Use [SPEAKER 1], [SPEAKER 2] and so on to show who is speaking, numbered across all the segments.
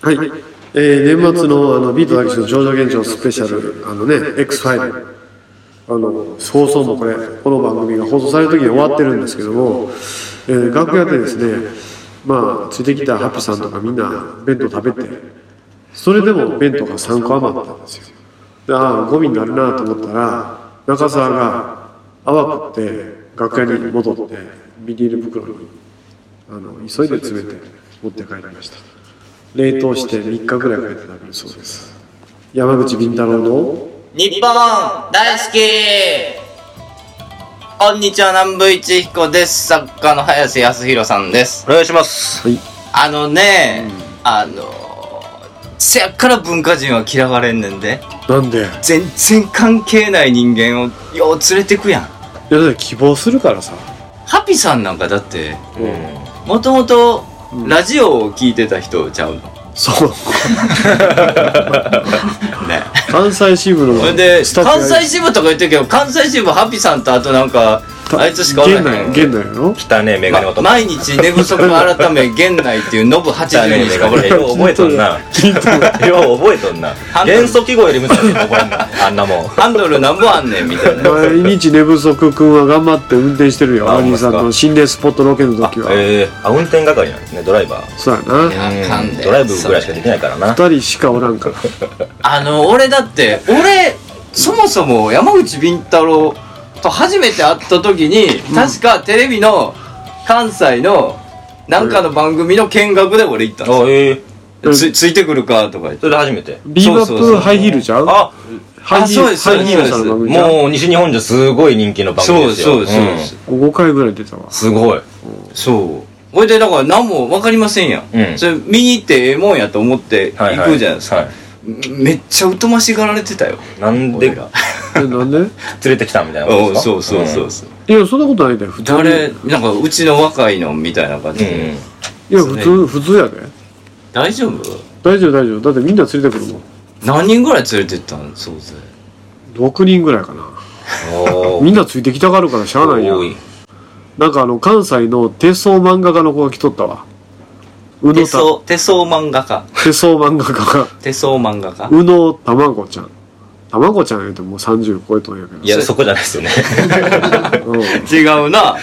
[SPEAKER 1] はい、えー年末のあのビートたけしの上場現象スペシャル、あのね、X5、あの放送もこれ、この番組が放送される時に終わってるんですけども、えー楽屋でですね、まあ、ついてきたハッピーさんとかみんな弁当食べて、それでも弁当が3個余ったんですよ。でああ、ゴミになるなと思ったら、中澤が泡食って、楽屋に戻って、ビニール袋にあの急いで詰めて持って帰りました。冷凍して3日ぐらいかけて食べるそうです山口敏太郎の
[SPEAKER 2] 日本大好きこんにちは、南部一彦です。作家の早瀬康弘さんです。
[SPEAKER 3] お願いします。
[SPEAKER 2] あのね、あの、せやから文化人は嫌われんねんで。
[SPEAKER 1] なんでいや
[SPEAKER 2] 全然関係ない人間をよう連れてくやん。
[SPEAKER 1] だって希望するからさ
[SPEAKER 2] ハピさんなんかだって、
[SPEAKER 1] うん
[SPEAKER 2] もともとラジオを聞いてた人ちゃうの。
[SPEAKER 1] そう
[SPEAKER 2] ね。
[SPEAKER 1] 関西支部の
[SPEAKER 2] それで、
[SPEAKER 1] スタッフ
[SPEAKER 2] 関西支部とか言ってるけど、関西支部ハピさんとあとなんか、あいつしかおらへん
[SPEAKER 1] 現。代現代の
[SPEAKER 3] 汚ねえメガネ
[SPEAKER 2] ま
[SPEAKER 3] 男。
[SPEAKER 2] 毎日寝不足改め現内っていうノブ
[SPEAKER 3] 汚ね
[SPEAKER 2] 80
[SPEAKER 3] え
[SPEAKER 2] に
[SPEAKER 3] メ
[SPEAKER 2] し
[SPEAKER 3] ガ
[SPEAKER 2] かおら
[SPEAKER 3] ネ。
[SPEAKER 2] へ
[SPEAKER 3] よ
[SPEAKER 2] ん
[SPEAKER 3] う覚 えとん な。よう覚えとんな。元素記号より難しいとこれんのあんなもん。
[SPEAKER 2] ハンドルなんぼあんねんみたいな
[SPEAKER 1] 毎日寝不足くんは頑張って運転してるよ
[SPEAKER 3] あ
[SPEAKER 1] アリーさん
[SPEAKER 3] ほんま
[SPEAKER 1] の
[SPEAKER 3] っ
[SPEAKER 1] 心霊スポットロケの時は、
[SPEAKER 3] ええあ、運転係なんですね、ドライバー。
[SPEAKER 1] そうやな
[SPEAKER 2] あかんで
[SPEAKER 3] ドライブぐらいしかできないからな。
[SPEAKER 1] 2人しかおらんから
[SPEAKER 2] あの俺だって俺そもそも山口敏太郎と初めて会った時に確かテレビの関西のなんかの番組の見学で俺行ったん
[SPEAKER 3] あ、ええ
[SPEAKER 2] ですよつついてくるかとか言って
[SPEAKER 3] それで初めて。
[SPEAKER 1] ビーバッ
[SPEAKER 2] そうそう
[SPEAKER 1] プ
[SPEAKER 2] そう
[SPEAKER 1] ハイヒールちゃう
[SPEAKER 3] あ、
[SPEAKER 1] ハイヒー
[SPEAKER 2] あそう
[SPEAKER 1] ル
[SPEAKER 2] です
[SPEAKER 1] ハイヒールさんの番組ちゃう
[SPEAKER 3] もう西日本じゃすごい人気の番組
[SPEAKER 2] そう
[SPEAKER 3] ですよ。
[SPEAKER 2] そうそう
[SPEAKER 3] うん
[SPEAKER 1] 5回ぐらい出たわ
[SPEAKER 3] すごい。
[SPEAKER 2] そうこれでだから何も分かりませんやん、
[SPEAKER 3] うん
[SPEAKER 2] それ見に行ってええもんやと思って
[SPEAKER 3] は
[SPEAKER 2] 行くじゃないですか、
[SPEAKER 3] は
[SPEAKER 2] めっちゃ疎ましがられてたよ
[SPEAKER 3] なん
[SPEAKER 2] 俺
[SPEAKER 3] で連
[SPEAKER 2] ら
[SPEAKER 1] えなんで
[SPEAKER 3] れてきたみたいなこと
[SPEAKER 2] お
[SPEAKER 3] です か
[SPEAKER 2] そうそうそうそう、
[SPEAKER 1] いやそんなことないで普通に
[SPEAKER 2] 誰なんかうちの若いのみたいな感
[SPEAKER 3] う
[SPEAKER 2] じ
[SPEAKER 3] ん。
[SPEAKER 2] で、
[SPEAKER 3] うん
[SPEAKER 1] いや普通普通やで
[SPEAKER 2] 大丈夫
[SPEAKER 1] 大丈夫大丈夫だってみんな連れてくるもん
[SPEAKER 2] 何人ぐらい連れてったん総勢
[SPEAKER 1] 6人ぐらいかな
[SPEAKER 3] おー
[SPEAKER 1] みんなついてきたがるからしゃあないや
[SPEAKER 3] 多い
[SPEAKER 1] なんかあの関西の手相漫画家の子が来とったわ宇野
[SPEAKER 2] 手
[SPEAKER 1] た
[SPEAKER 2] 相手相漫画家
[SPEAKER 1] 手相漫画家が
[SPEAKER 2] 手相漫画家
[SPEAKER 1] 宇野たまごちゃんたまごちゃん言うてもう30超えとんやけど
[SPEAKER 3] いや、そこじゃないですよね。
[SPEAKER 1] うん
[SPEAKER 2] 違うな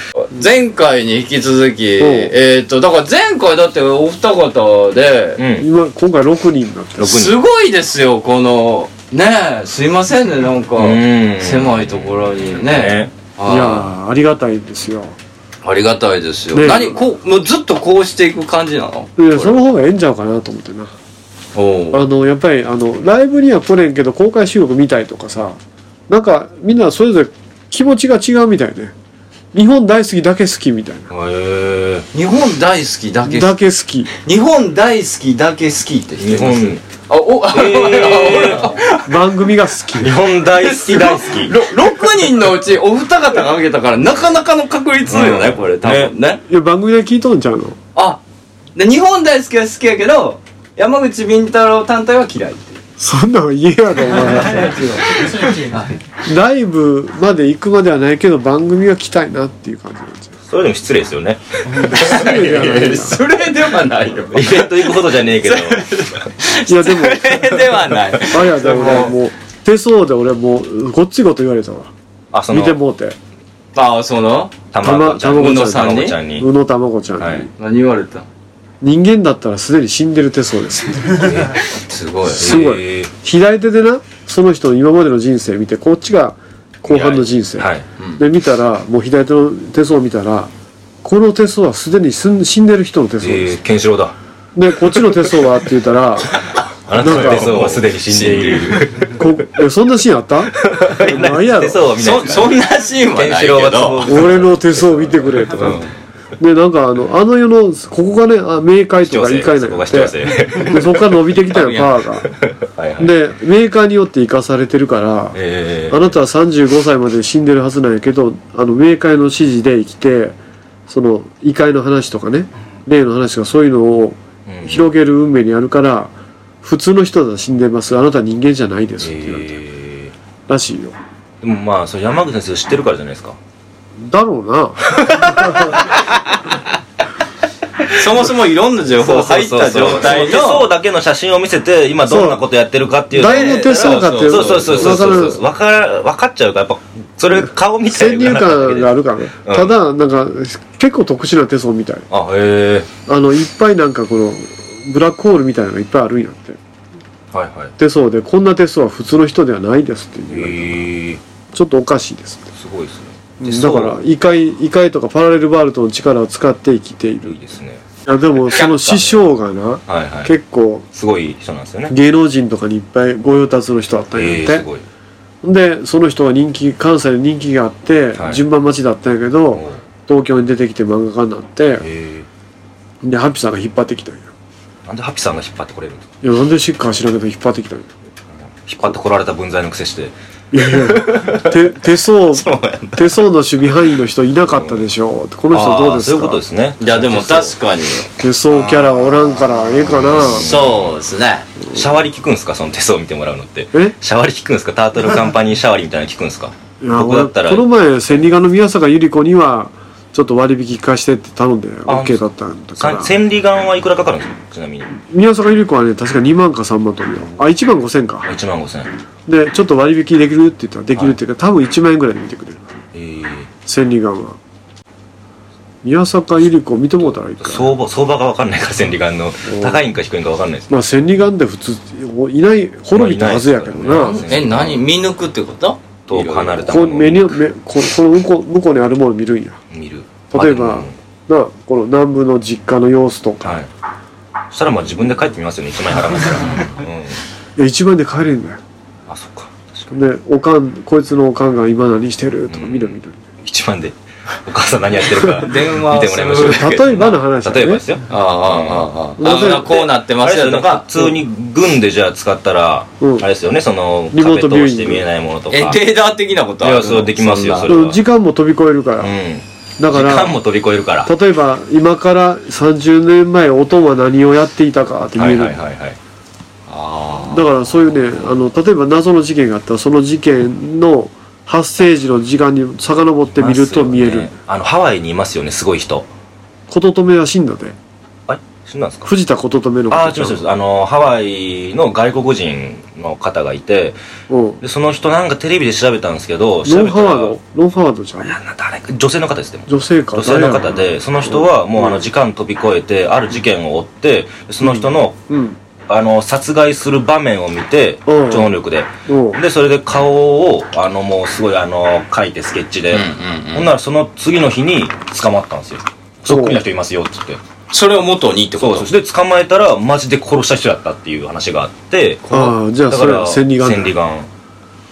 [SPEAKER 2] 前回に引き続き
[SPEAKER 1] おう
[SPEAKER 2] えっ、とだから前回だってお二方で
[SPEAKER 3] うん。
[SPEAKER 1] 今今回6人になってる
[SPEAKER 3] 六人
[SPEAKER 2] すごいですよこのねえすいませんねなんか
[SPEAKER 3] うん
[SPEAKER 2] 狭いところにね
[SPEAKER 3] ね
[SPEAKER 1] い
[SPEAKER 2] は
[SPEAKER 1] やーありがたいですよ
[SPEAKER 2] ありがたいですよ、
[SPEAKER 1] ねえ
[SPEAKER 2] 何こうもうずっとこうしていく感じなの
[SPEAKER 1] でその方がええんちゃうかなと思ってな
[SPEAKER 2] おう
[SPEAKER 1] あのやっぱりあのライブには来れんけど公開収録見たいとかさなんかみんなそれぞれ気持ちが違うみたいね日本大好きだけ好きみたいな
[SPEAKER 3] へえ。
[SPEAKER 2] 日本大好きだけ
[SPEAKER 1] だけ好き
[SPEAKER 2] 日本大好きだけ好きって
[SPEAKER 3] 日
[SPEAKER 2] 人
[SPEAKER 3] 本、
[SPEAKER 2] あお あ、
[SPEAKER 3] えー
[SPEAKER 1] 番組が好き
[SPEAKER 3] 日本大好き大好き。
[SPEAKER 2] ろ六人のうちお二方が挙げたからなかなかの確率よね、
[SPEAKER 3] うん
[SPEAKER 2] これ多分ね
[SPEAKER 1] いや番組で聞いとんちゃうの
[SPEAKER 2] あで日本大好きは好きやけど山口敏太郎単体は嫌いっていう
[SPEAKER 1] そんなの言え やろお前ライブまで行くまではないけど番組は来たいなっていう感じなんですよ
[SPEAKER 3] それでも失礼ですよね。
[SPEAKER 2] それではないよ
[SPEAKER 3] イベント行くほどじゃね えけど。
[SPEAKER 1] いやで も
[SPEAKER 2] それではない
[SPEAKER 1] あれやで俺もう手相で俺もうこっちごと言われたわ
[SPEAKER 3] あ、その、
[SPEAKER 1] 見てもうて
[SPEAKER 2] あその
[SPEAKER 3] たまごち
[SPEAKER 1] た
[SPEAKER 3] ゃん
[SPEAKER 1] ま
[SPEAKER 3] に。
[SPEAKER 1] ごちゃんに
[SPEAKER 3] たまごちゃんに。
[SPEAKER 1] 宇野たまごちゃんに、
[SPEAKER 3] はい
[SPEAKER 2] 何言われた
[SPEAKER 1] 人間だったらすでに死んでる手相です
[SPEAKER 2] すごい
[SPEAKER 1] すごい
[SPEAKER 3] えー
[SPEAKER 1] 左手でなその人の今までの人生見てこっちが後半の人生、
[SPEAKER 3] はい。
[SPEAKER 1] で見たらもう左手の手相を見たらこの手相はすでにすん死んでる人の手
[SPEAKER 3] え
[SPEAKER 1] 相です、
[SPEAKER 3] ー、ケンシロウだ。
[SPEAKER 1] でこっちの手相はって言ったら
[SPEAKER 3] あなたの手相はすでに死んでいる。
[SPEAKER 1] こえそんなシーンあった えないやろ
[SPEAKER 3] 手相を見ない
[SPEAKER 2] そ
[SPEAKER 3] です
[SPEAKER 2] そんなシーンは
[SPEAKER 3] ケン
[SPEAKER 2] ない
[SPEAKER 3] シ
[SPEAKER 2] け
[SPEAKER 3] ロウは
[SPEAKER 2] ど
[SPEAKER 3] 都合
[SPEAKER 1] 俺の手相を見てくれとかでなんかあのあの世のここがねあ冥界
[SPEAKER 3] 視
[SPEAKER 1] と
[SPEAKER 3] 聴
[SPEAKER 1] か異界
[SPEAKER 3] 生、
[SPEAKER 1] なん
[SPEAKER 3] そこ
[SPEAKER 1] や
[SPEAKER 3] が
[SPEAKER 1] っ
[SPEAKER 3] 視
[SPEAKER 1] て
[SPEAKER 3] 聴
[SPEAKER 1] そこ
[SPEAKER 3] 生。
[SPEAKER 1] から伸びてき たよパワーが
[SPEAKER 3] はいはい。
[SPEAKER 1] でメーカーによって生かされてるから
[SPEAKER 3] え
[SPEAKER 1] あ
[SPEAKER 3] ー、
[SPEAKER 1] なたは35歳まで死んでるはずなんやけどあの冥界の指示で生きてその異界の話とかね霊の話とかそういうのを
[SPEAKER 3] うん
[SPEAKER 1] 広げる運命にあるから、普通の人だと死んでますあなたは人間じゃないですって言われた
[SPEAKER 3] え
[SPEAKER 1] らしいよ、
[SPEAKER 3] ー、でもまあ、それ山口先生知ってるからじゃないですか。
[SPEAKER 1] だろうな
[SPEAKER 2] そもそもいろんな情報入った状態
[SPEAKER 3] 手相
[SPEAKER 2] の
[SPEAKER 3] だけの写真を見せて、今どんなことやってるかっていうのを
[SPEAKER 1] そう誰の手相かっていうの
[SPEAKER 3] そ
[SPEAKER 1] を
[SPEAKER 3] うそうそうそうそうそう。わから、わかっちゃうから、やっぱ、それ顔見た
[SPEAKER 1] 先
[SPEAKER 3] い
[SPEAKER 1] 入観があ
[SPEAKER 3] あ
[SPEAKER 1] るからね、
[SPEAKER 3] うん
[SPEAKER 1] ただなんか結構特殊な手相みたい
[SPEAKER 3] あ、へえ。
[SPEAKER 1] あのいっぱいなんかこのブラックホールみたいなのがいっぱいあるんやって
[SPEAKER 3] はいはい。
[SPEAKER 1] 手相でこんな手相は普通の人ではないですっていう、
[SPEAKER 3] ええ。
[SPEAKER 1] ちょっとおかしいですって
[SPEAKER 3] すごいですね。
[SPEAKER 1] だから異界異界とかパラレルワールドの力を使って生きている
[SPEAKER 3] いいですね。
[SPEAKER 1] いやでもその師匠がな
[SPEAKER 3] はいはい。
[SPEAKER 1] 結構
[SPEAKER 3] すごい人なんですよね。
[SPEAKER 1] 芸能人とかにいっぱい御用達の人あったんやっ
[SPEAKER 3] ええ、
[SPEAKER 1] て、
[SPEAKER 3] すごい。
[SPEAKER 1] でその人が人気関西で人気があって、
[SPEAKER 3] はい
[SPEAKER 1] 順番待ちだったんやけど、
[SPEAKER 3] おう
[SPEAKER 1] 東京に出てきて漫画家になって
[SPEAKER 3] え
[SPEAKER 1] でハッピーさんが引っ張ってきたんや
[SPEAKER 3] え。なんでハッピーさんが引っ張ってこれるんですか
[SPEAKER 1] いやなんでシッカー知らんけど引っ張ってきたんや
[SPEAKER 3] 引っ張ってこられた文在の癖して。
[SPEAKER 1] いやい や手手相
[SPEAKER 3] そうやん
[SPEAKER 1] 手相の守備範囲の人いなかったでしょうこの人どうですか
[SPEAKER 3] あーそういうことですね。
[SPEAKER 2] いやでも確かに
[SPEAKER 1] 手相キャラおらんからええかな
[SPEAKER 2] そうですね
[SPEAKER 3] シャワリ聞くんすかその手相見てもらうのって。
[SPEAKER 1] え
[SPEAKER 3] シャワリ聞くんすかタートルカンパニーシャワリみたいなの聞くん すか
[SPEAKER 1] いや
[SPEAKER 3] 僕だったら
[SPEAKER 1] 俺この前千里眼の宮坂百合子にはちょっと割引貸してって頼んで
[SPEAKER 3] あ
[SPEAKER 1] OK だったんだか
[SPEAKER 3] さ
[SPEAKER 1] ら
[SPEAKER 3] 千里眼はいくらかかるんですかちなみに。
[SPEAKER 1] 宮坂百合子はね確か2万か3万とるよあ1万5千か
[SPEAKER 3] 1万5千円。
[SPEAKER 1] でちょっと割引できるって言ったらできるっていうか、多分1万円ぐらいで見てくれる
[SPEAKER 3] え
[SPEAKER 1] 千里眼は宮坂百合子見てもうたらいい
[SPEAKER 3] え
[SPEAKER 1] か
[SPEAKER 3] 相場、相場がわかんないから、千里眼の。高いんか低いんかわかんないです。
[SPEAKER 1] まあ千里眼って普通いない滅びたはずやけど
[SPEAKER 3] ま
[SPEAKER 1] な、
[SPEAKER 3] あいないですからね
[SPEAKER 2] え何見抜くってこと
[SPEAKER 3] 遠く離れた
[SPEAKER 1] こ
[SPEAKER 3] も
[SPEAKER 1] う
[SPEAKER 3] のを
[SPEAKER 1] 目に目ここの向こう向こうにあるもの見るんや
[SPEAKER 3] 見る。
[SPEAKER 1] 例えば
[SPEAKER 3] あ
[SPEAKER 1] なこの南部の実家の様子と
[SPEAKER 3] で
[SPEAKER 1] か
[SPEAKER 3] もはい。そしたらまあ自分で帰ってみますよね、1万円払わないから。うん。
[SPEAKER 1] いや一番で帰れるんだよ
[SPEAKER 3] あ、そっか。確かに。
[SPEAKER 1] でおかんこいつのおかんが今何してるとか見る見る
[SPEAKER 3] 1万で。お母さん何やってる か
[SPEAKER 2] 電話
[SPEAKER 3] 見てもらいましょう。
[SPEAKER 1] 例えばの話だね
[SPEAKER 3] 例えばですよ。
[SPEAKER 2] あああああああのこうなってま
[SPEAKER 3] あれ
[SPEAKER 2] す
[SPEAKER 3] です
[SPEAKER 2] よ
[SPEAKER 3] よ
[SPEAKER 2] と
[SPEAKER 3] なんか
[SPEAKER 2] か
[SPEAKER 3] 普通に軍でじゃあ使ったら、
[SPEAKER 1] うん
[SPEAKER 3] あれですよねその
[SPEAKER 1] リモー
[SPEAKER 3] 壁
[SPEAKER 1] ト
[SPEAKER 3] 通
[SPEAKER 1] ビューイング
[SPEAKER 3] して見えないものとか
[SPEAKER 2] えテーダー的なことある
[SPEAKER 3] いやそうできますよ
[SPEAKER 2] んな
[SPEAKER 3] それは
[SPEAKER 1] うん時間も飛び越えるから、
[SPEAKER 3] うん
[SPEAKER 1] だか
[SPEAKER 3] 時間
[SPEAKER 1] ら
[SPEAKER 3] も飛び越えるから
[SPEAKER 1] 例えば今から30年前おとんは何をやっていたかって見え
[SPEAKER 3] は
[SPEAKER 1] る
[SPEAKER 3] い、はいはいはい
[SPEAKER 2] あ
[SPEAKER 1] だからそういうねあの例えば謎の事件があったらその事件の発生時の時間に遡って見ると見え
[SPEAKER 3] います
[SPEAKER 1] る、
[SPEAKER 3] よねあのハワイにいますよねすごい人
[SPEAKER 1] こととめは死んだで
[SPEAKER 3] あれ死んだんですか
[SPEAKER 1] 藤田こととめのこと
[SPEAKER 3] ああ違う違う違うあのハワイの外国人の方がいて
[SPEAKER 1] うん
[SPEAKER 3] でその人なんかテレビで調べたんですけど調
[SPEAKER 1] ロン・
[SPEAKER 3] べた
[SPEAKER 1] ハ
[SPEAKER 3] ら
[SPEAKER 1] ワードロン・ハワードじゃん
[SPEAKER 3] なんだ誰か女性の方ですでも
[SPEAKER 1] 女性か
[SPEAKER 3] 女性の方でその人はもうあの時間飛び越えてある事件を追ってその人の
[SPEAKER 1] うん
[SPEAKER 3] あの殺害する場面を見て
[SPEAKER 1] うん
[SPEAKER 3] 超能力で
[SPEAKER 1] うん
[SPEAKER 3] でそれで顔をあのもうすごいあの描いてスケッチで、
[SPEAKER 2] うんうんうん
[SPEAKER 3] ほんならその次の日に捕まったんですよそっくりな人いますよっつって
[SPEAKER 2] それを元にって
[SPEAKER 3] そ
[SPEAKER 2] こ
[SPEAKER 3] う
[SPEAKER 2] と
[SPEAKER 3] そうで捕まえたらマジで殺した人だったっていう話があって
[SPEAKER 1] ああじゃあ
[SPEAKER 3] だ
[SPEAKER 1] そ
[SPEAKER 3] か
[SPEAKER 1] れは
[SPEAKER 3] ら
[SPEAKER 1] 千里眼
[SPEAKER 3] 千里眼あ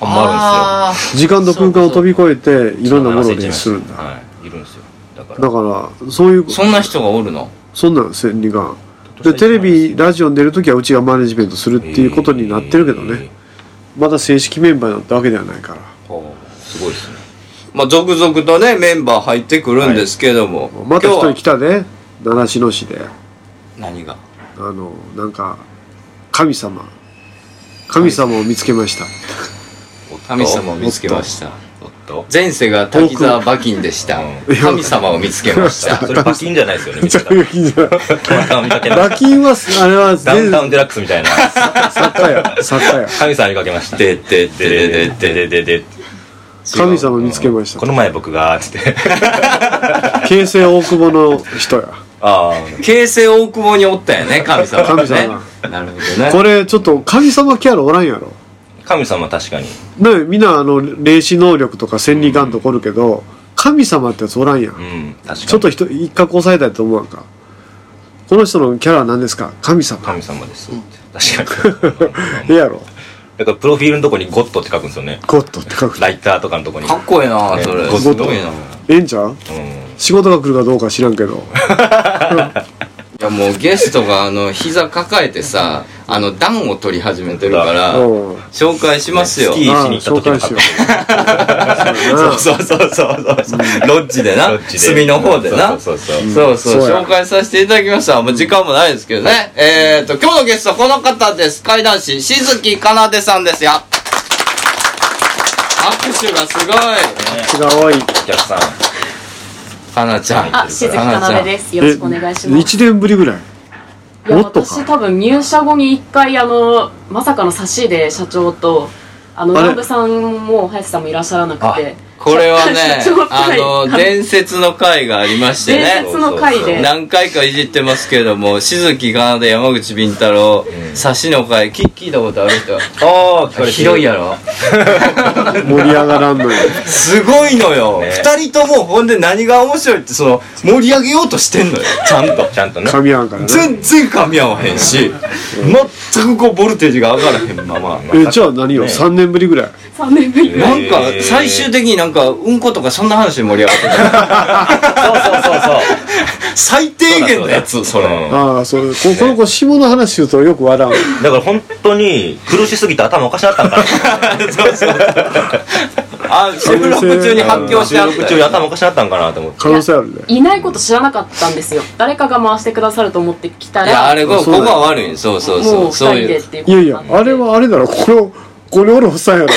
[SPEAKER 3] あ
[SPEAKER 2] あ
[SPEAKER 1] 時間と空間を飛び越えてい
[SPEAKER 3] るんですよ
[SPEAKER 1] ろんなものでするんだ
[SPEAKER 3] はいいるんですよだから
[SPEAKER 1] だからそういう
[SPEAKER 2] ーそんな人がおるの
[SPEAKER 1] そんなん千里眼でテレビラジオに出るときはうちがマネジメントするっていうことになってるけどね、まだ正式メンバーになったわけではないから
[SPEAKER 3] えーおーすごいですね
[SPEAKER 2] まあ続々とねメンバー入ってくるんですけども
[SPEAKER 1] また一
[SPEAKER 2] 今
[SPEAKER 1] 人
[SPEAKER 2] 日
[SPEAKER 1] 来
[SPEAKER 2] は
[SPEAKER 1] たね習志野市で
[SPEAKER 2] 何が
[SPEAKER 1] あのなんか神様神様を見つけました、
[SPEAKER 3] おっと
[SPEAKER 2] 神様を見つけました
[SPEAKER 3] おっと
[SPEAKER 2] 前世が滝沢馬琴でした
[SPEAKER 3] う
[SPEAKER 2] 神様を見つけまし
[SPEAKER 3] そ
[SPEAKER 2] た
[SPEAKER 3] れ罰金じゃないですよね見
[SPEAKER 1] そ
[SPEAKER 3] て
[SPEAKER 1] う
[SPEAKER 3] た
[SPEAKER 1] いう気じゃない
[SPEAKER 3] たまたま見かけた
[SPEAKER 1] 馬琴はあれは
[SPEAKER 3] ダウン
[SPEAKER 1] 全
[SPEAKER 3] タウンデラックスみたいな
[SPEAKER 1] 作家や作家や
[SPEAKER 3] 神様にかけました
[SPEAKER 2] でででででで
[SPEAKER 3] ででで
[SPEAKER 1] 神様見つけました
[SPEAKER 3] この前僕がつって
[SPEAKER 1] 京成大久保の人や
[SPEAKER 3] ああ
[SPEAKER 2] 形成大久保におったよ ね神様が
[SPEAKER 1] 神
[SPEAKER 2] ね
[SPEAKER 1] 様
[SPEAKER 2] なるほどね
[SPEAKER 1] これちょっと神様キャラおらんやろ
[SPEAKER 3] 神様確かに
[SPEAKER 1] ねみんなあの霊視能力とか千里眼とかおるけど神様ってやつおらんやん
[SPEAKER 3] うん確かに
[SPEAKER 1] ちょっと人一角抑えたいと思わんかこの人のキャラは何ですか神様
[SPEAKER 3] 神様ですって確かに
[SPEAKER 1] ええやろ
[SPEAKER 3] だからプロフィールのとこにゴッドって書くんですよね
[SPEAKER 1] ゴッドって書く
[SPEAKER 3] ライターとかのとこに
[SPEAKER 2] かっこええな
[SPEAKER 3] ね
[SPEAKER 2] それ
[SPEAKER 3] ゴッド
[SPEAKER 2] すごいな
[SPEAKER 1] ええんちゃう
[SPEAKER 3] うん
[SPEAKER 1] 仕事が来るかどうか知らんけど
[SPEAKER 2] いやもうゲストがあの膝抱えてさあの段を取り始めてるから
[SPEAKER 1] うん
[SPEAKER 2] 紹介しますよ
[SPEAKER 3] スキーしに行った時の格好
[SPEAKER 1] あ
[SPEAKER 2] そ
[SPEAKER 1] そう
[SPEAKER 2] そうそうそうそうロッジでな
[SPEAKER 3] ロッジで
[SPEAKER 2] 隅の方でな
[SPEAKER 3] そうそうそうそう
[SPEAKER 2] そうそう
[SPEAKER 1] そうや
[SPEAKER 2] 紹介させていただきましたもう時間もないですけどねえっと今日のゲストこの方です怪談師静木かなでさんですよ拍手がすごい
[SPEAKER 1] 違う多い
[SPEAKER 3] お客さん
[SPEAKER 2] かなちゃん。
[SPEAKER 4] あ、しずき
[SPEAKER 2] か
[SPEAKER 4] か
[SPEAKER 2] なちゃ
[SPEAKER 4] なで
[SPEAKER 2] ん。
[SPEAKER 4] です。よろしくお願いします。
[SPEAKER 1] 1年ぶりぐらい
[SPEAKER 4] いや
[SPEAKER 1] もっとか
[SPEAKER 4] 私多分入社後に一回あのまさかの差しで社長とあの
[SPEAKER 1] あれ
[SPEAKER 4] 南部さんも林さんもいらっしゃらなく
[SPEAKER 2] あ
[SPEAKER 4] て
[SPEAKER 2] これは ね
[SPEAKER 4] 社長、
[SPEAKER 2] あ
[SPEAKER 4] 対
[SPEAKER 2] の、伝説の回がありましてね。
[SPEAKER 4] 伝説の回で
[SPEAKER 2] 何回かいじってますけれども、しずきがなで山口敏太郎、差しの会、き聞いた ことある人。
[SPEAKER 3] ああ、聞かれてる
[SPEAKER 2] 広いやろ
[SPEAKER 1] 盛り上がらんのよ
[SPEAKER 2] すごいのよ、
[SPEAKER 3] ね
[SPEAKER 2] 二人ともほんで何が面白いってその盛り上げようとしてんのよ
[SPEAKER 3] ちゃんと、ちゃんとね。
[SPEAKER 1] 神庵からね
[SPEAKER 2] 全然噛み合わへんし全くこうボルテージが上がらへんまま
[SPEAKER 1] えじゃあ何よ、
[SPEAKER 3] ね
[SPEAKER 1] 3年ぶりぐらい
[SPEAKER 4] 3年ぶり
[SPEAKER 3] え
[SPEAKER 2] なんか最終的になんかうんことかそんな話で盛り上がってた
[SPEAKER 3] そうそうそうそう。
[SPEAKER 2] 最低限のやつそれ
[SPEAKER 3] うん
[SPEAKER 1] ああそれここの子下の話するとよく笑う
[SPEAKER 3] だから本当に苦しすぎて頭おかしなったんだ。
[SPEAKER 2] あ収録中に発狂してあっ
[SPEAKER 3] 収録
[SPEAKER 2] た
[SPEAKER 3] 中に
[SPEAKER 2] よ
[SPEAKER 3] 頭おかしなったんかなと思って。
[SPEAKER 1] 可能性あるね
[SPEAKER 4] いないこと知らなかったんですよ誰かが回してくださると思って来た
[SPEAKER 2] いやあ
[SPEAKER 4] ら
[SPEAKER 2] れ
[SPEAKER 4] もう
[SPEAKER 2] こここが悪いそうそうそ
[SPEAKER 4] 2
[SPEAKER 2] うそう
[SPEAKER 4] 人
[SPEAKER 2] い
[SPEAKER 4] で
[SPEAKER 2] う
[SPEAKER 4] っていうこ
[SPEAKER 1] い
[SPEAKER 4] と
[SPEAKER 1] や
[SPEAKER 4] なん
[SPEAKER 1] い
[SPEAKER 4] で
[SPEAKER 1] やあれはあれだろこのこれ俺補佐やろ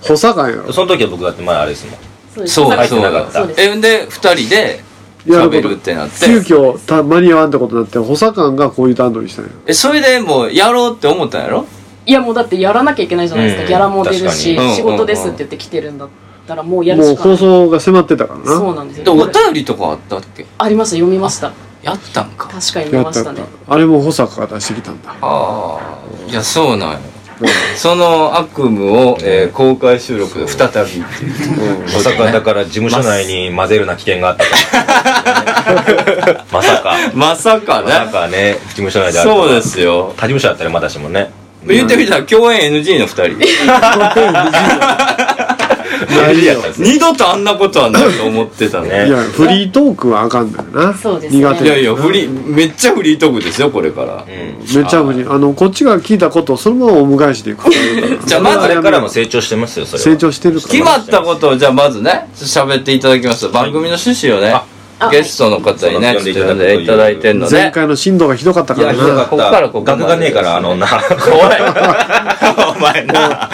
[SPEAKER 1] 補佐官やろ
[SPEAKER 3] その時は僕だって前あれですもん。
[SPEAKER 4] そうです
[SPEAKER 2] そう
[SPEAKER 3] て
[SPEAKER 2] そう
[SPEAKER 3] なかった
[SPEAKER 4] そうです
[SPEAKER 2] えんで二人で
[SPEAKER 1] やる
[SPEAKER 2] 喋
[SPEAKER 1] こと
[SPEAKER 2] るってなって
[SPEAKER 1] 急遽た間に合わんってことになって補佐官がこういう段取りしたんや
[SPEAKER 2] えそれでもうやろうって思ったんやろ
[SPEAKER 4] いやもうだってやらなきゃいけないじゃないですか、
[SPEAKER 3] うん
[SPEAKER 4] ギャラも出る
[SPEAKER 3] 確
[SPEAKER 4] し、
[SPEAKER 2] かにうん
[SPEAKER 4] 仕事ですって言って来てるんだったらもうやる
[SPEAKER 1] もう
[SPEAKER 4] しかな
[SPEAKER 1] 放
[SPEAKER 4] い
[SPEAKER 1] 送が迫ってたからな
[SPEAKER 4] そうなんです
[SPEAKER 2] で
[SPEAKER 4] よ
[SPEAKER 2] お
[SPEAKER 4] これ
[SPEAKER 2] 便りとかあったっけ
[SPEAKER 4] ありました読みました
[SPEAKER 2] やったんか
[SPEAKER 4] 確かに読
[SPEAKER 1] やっ
[SPEAKER 4] みま
[SPEAKER 1] た
[SPEAKER 4] し
[SPEAKER 1] や
[SPEAKER 4] た
[SPEAKER 1] っ
[SPEAKER 4] ね
[SPEAKER 1] たあれも保坂が出してきたんだ
[SPEAKER 2] ああいやそうなんよその悪夢を、えー公開収録で再びっていう
[SPEAKER 3] まさかだから事務所内に混ぜるな危険があ ったから。まさか。
[SPEAKER 2] まさか
[SPEAKER 3] まさ
[SPEAKER 2] ね
[SPEAKER 3] かね、事務所内であるとは
[SPEAKER 2] そうですよ
[SPEAKER 3] 他事務所だったらまだしもね。
[SPEAKER 2] 言ってみたら共演 NG の2人
[SPEAKER 1] ないよ
[SPEAKER 2] 二度とあんなことはないと思ってたね
[SPEAKER 1] いやフリートークはあかんだよな
[SPEAKER 4] そうですね
[SPEAKER 1] 苦手
[SPEAKER 2] いやいやフリめっちゃフリートークですよこれから
[SPEAKER 3] うん。
[SPEAKER 1] めっちゃ無理あのこっちが聞いたことをそのままお迎えしていく
[SPEAKER 2] じゃあまず
[SPEAKER 3] あれからも成長してますよ、それは。
[SPEAKER 1] 成長してるか
[SPEAKER 2] 決
[SPEAKER 1] ら
[SPEAKER 2] まったことをじゃあまずね喋っていただきます番組の趣旨をね
[SPEAKER 4] あ
[SPEAKER 2] ゲストの方にね
[SPEAKER 3] そう
[SPEAKER 2] ちょっ
[SPEAKER 3] です
[SPEAKER 2] と呼んでいただいてんの
[SPEAKER 1] 前
[SPEAKER 2] ね
[SPEAKER 1] 回の振動がひどかったから
[SPEAKER 2] いやひど
[SPEAKER 1] な
[SPEAKER 2] こっからここまで
[SPEAKER 3] 額がねえから、あの 女。
[SPEAKER 2] おいお前な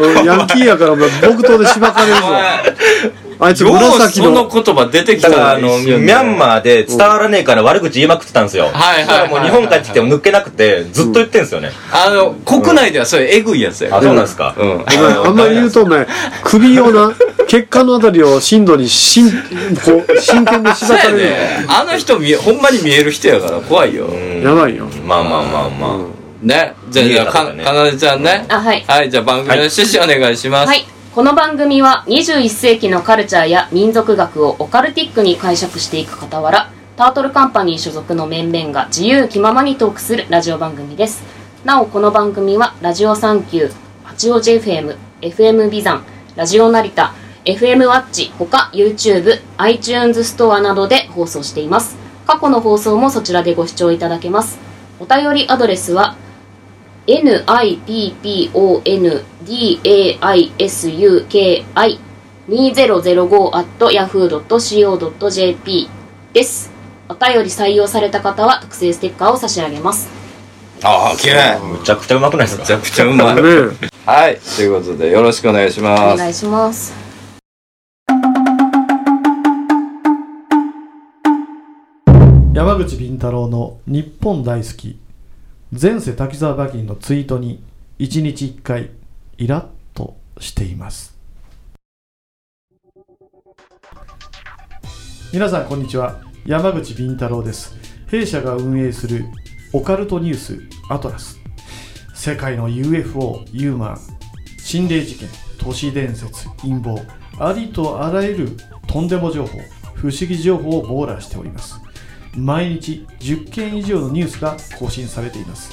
[SPEAKER 1] 俺ヤンキーやからお前木刀でしばかれるぞ
[SPEAKER 2] お前
[SPEAKER 1] あいつ
[SPEAKER 2] よう
[SPEAKER 1] 紫
[SPEAKER 2] その
[SPEAKER 1] の
[SPEAKER 2] 言葉出てきた
[SPEAKER 3] だから
[SPEAKER 2] な
[SPEAKER 3] あの、
[SPEAKER 2] 一
[SPEAKER 3] ミ
[SPEAKER 2] 瞬で
[SPEAKER 3] ャンマーで伝わらねえから悪口言いまくってたんですよ。
[SPEAKER 2] はいはいはい
[SPEAKER 3] そしたらもう日本帰ってきても抜けなくて、ずっと言ってんすよね。
[SPEAKER 2] あの国内ではそれえぐいやつや
[SPEAKER 3] あ、そうなんですか。
[SPEAKER 2] うんうん
[SPEAKER 1] お前あんまり言うとお前首を な血管のあたりを振動にしんこう真剣でし
[SPEAKER 2] そ
[SPEAKER 1] ば
[SPEAKER 2] う
[SPEAKER 1] か
[SPEAKER 2] や
[SPEAKER 1] れる
[SPEAKER 2] ねあの人見えほんまに見える人やから怖いよ
[SPEAKER 3] うん
[SPEAKER 1] やばいよ
[SPEAKER 3] まあまあまあまあ。
[SPEAKER 2] ねじゃあ
[SPEAKER 3] 見
[SPEAKER 2] じ
[SPEAKER 3] え
[SPEAKER 2] ゃあ
[SPEAKER 3] た
[SPEAKER 2] か
[SPEAKER 3] からね
[SPEAKER 2] かなでちゃんね
[SPEAKER 4] あはい
[SPEAKER 2] はいじゃあ番組の趣旨お願いします
[SPEAKER 4] はい。この番組は21世紀のカルチャーや民族学をオカルティックに解釈していく傍ら、タートルカンパニー所属の面々が自由気ままにトークするラジオ番組です。なお、この番組は、ラジオサンキュー、八王子 FM、FM ビザン、ラジオ成田、FM ワッチ、ほか YouTube、iTunes ストアなどで放送しています。過去の放送もそちらでご視聴いただけます。お便りアドレスは、nippondaisuki2005.yahoo.co.jp です。お便り採用された方は特製ステッカーを差し上げます。
[SPEAKER 2] ああ綺麗
[SPEAKER 3] むちゃくちゃうまくないですか
[SPEAKER 2] めちゃくちゃうまい
[SPEAKER 1] ね
[SPEAKER 2] はいということでよろしくお願いし
[SPEAKER 4] お
[SPEAKER 2] ます
[SPEAKER 4] 願いします。
[SPEAKER 5] 山口敏太郎の日本大好き前世滝沢馬琴のツイートに1日1回イラッとしています皆さんこんにちは山口敏太郎です弊社が運営するオカルトニュースアトラス世界の UFO ユーマー心霊事件都市伝説陰謀ありとあらゆるとんでも情報不思議情報を網羅しております毎日10件以上のニュースが更新されています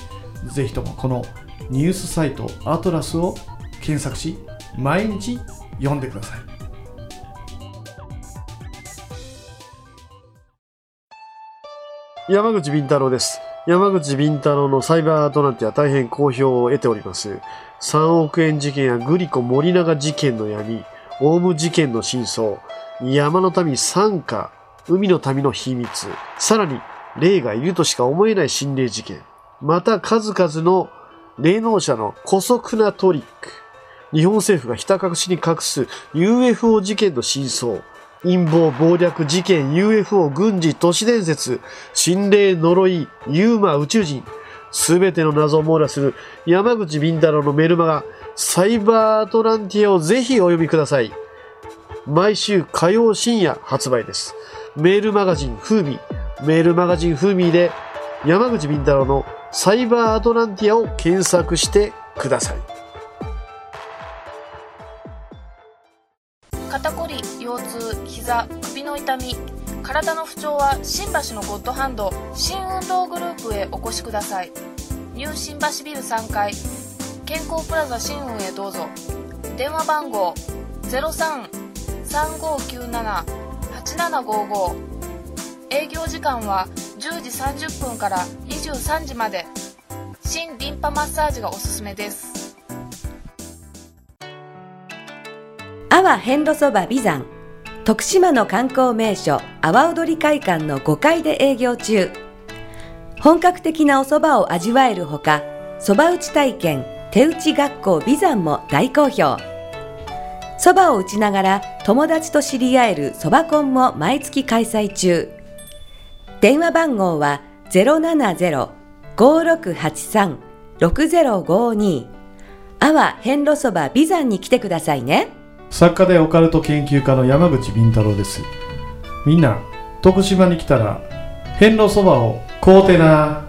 [SPEAKER 5] ぜひともこのニュースサイトアトラスを検索し毎日読んでください
[SPEAKER 1] 山口敏太郎です。山口敏太郎のサイバーアトランティア大変好評を得ております。3億円事件やグリコ森永事件の闇、オウム事件の真相、山の民参加、海の民の秘密、さらに霊がいるとしか思えない心霊事件、また数々の霊能者の古速なトリック、日本政府がひた隠しに隠す UFO 事件の真相、
[SPEAKER 5] 陰謀、暴略、事件、UFO、軍事、都市伝説、心霊、呪い、ユーマ、宇宙人、すべての謎を網羅する山口敏太郎のメルマガ、サイバーアトランティアをぜひお読みください。毎週火曜深夜発売です。メールマガジンフーミー、メールマガジンフーミーで山口敏太郎のサイバーアトランティアを検索してください。
[SPEAKER 6] 肩こり腰痛膝首の痛み体の不調は新橋のゴッドハンド新運動グループへお越しくださいニュー新橋ビル3階健康プラザ新運へどうぞ電話番号0335978755営業時間は10時30分から23時まで新リンパマッサージがおすすめです
[SPEAKER 7] 阿波遍路そば美山徳島の観光名所阿波踊り会館の5階で営業中本格的なお蕎麦を味わえるほか蕎麦打ち体験手打ち学校美山も大好評蕎麦を打ちながら友達と知り合える蕎麦コンも毎月開催中電話番号は070-5683-6052阿波遍路そば美山に来てくださいね
[SPEAKER 5] 作家でオカルト研究家の山口敏太郎ですみんな徳島に来たら遍路そばを買うてな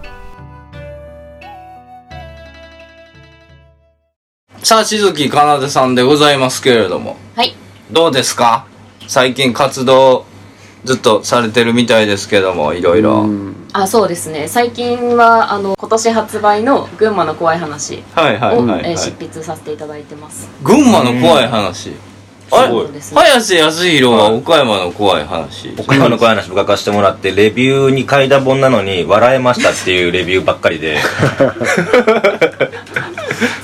[SPEAKER 2] さあ、静木かなでさんでございますけれども、
[SPEAKER 4] はい。
[SPEAKER 2] どうですか最近活動ずっとされてるみたいですけども、いろいろ。
[SPEAKER 4] あ、そうですね。最近は、あの、今年発売の群馬の怖い話
[SPEAKER 2] はいは
[SPEAKER 4] を、
[SPEAKER 2] いはい、は
[SPEAKER 4] え
[SPEAKER 2] い
[SPEAKER 4] ー執筆させていただいてます。
[SPEAKER 2] 群馬の怖い話。あれ
[SPEAKER 4] そうですね。
[SPEAKER 2] 早瀬康弘は岡山の怖い話。
[SPEAKER 3] 岡山の怖い話伺わせてもらって、レビューに書いた本なのに、笑えましたっていうレビューばっかりで。